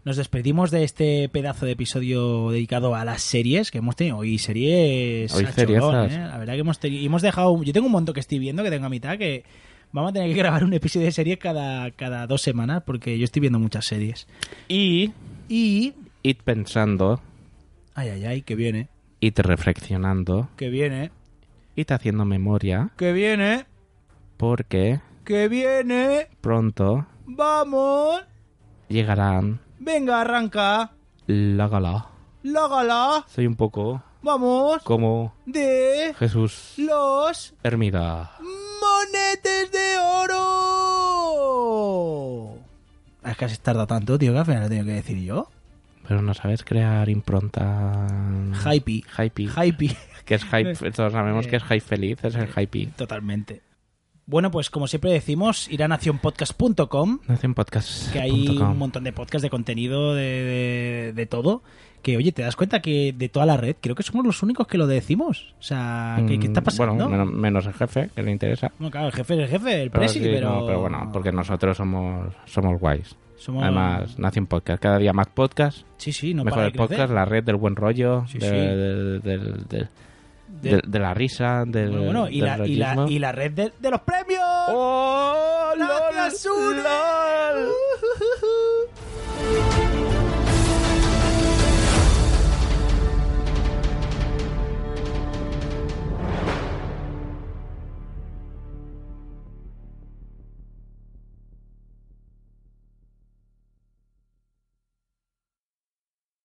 Nos despedimos de este pedazo de episodio dedicado a las series que hemos tenido. Hoy series.
Hoy
a cholón,
seriezas.
¿eh? La verdad que hemos tenido. y hemos dejado. Yo tengo un montón que estoy viendo que tengo a mitad que. Vamos a tener que grabar un episodio de series cada, cada dos semanas porque yo estoy viendo muchas series.
Y.
Y.
Id pensando,
Ay, ay, ay, que viene.
id reflexionando,
Que viene.
id haciendo memoria,
Que viene.
porque
Que viene.
pronto
Vamos.
llegarán
Venga, arranca.
la gala.
La gala.
Soy un poco
Vamos.
como
De.
Jesús
Los.
Hermida.
¡Monetes de oro! Es que has tardado tanto, tío, que al final lo tengo que decir yo.
Pero no sabes crear impronta.
Hype.
Hype.
Hype. Eh.
Que es hype. Todos sabemos que es hype feliz, es el hype.
Totalmente. Bueno, pues como siempre decimos, ir a nacionpodcast.com,
Hacen podcast.
que hay un montón de podcasts de contenido de, de- de todo. Que oye, ¿te das cuenta que de toda la red creo que somos los únicos que lo decimos? O sea, ¿qué, qué está pasando?
Mm, Bueno, menos- menos el jefe, que le interesa.
Bueno, claro, el jefe es el jefe, el presi,
sí,
pero...
no, pero bueno, porque nosotros somos, somos guays.
Somos-
Además, nace un podcast. Cada día más podcast.
Sí, sí, no
Mejor
para
el
de crecer.
podcast, la red del buen rollo,
Sí,
de,
sí.
de- de- de-
De-
de- de la risa, del.
Bueno, bueno, y,
del
la, y, la,
rollismo.
y la red de, de los premios.
¡Oh!
¡Gracias, Sune!
LOL.
Ujú.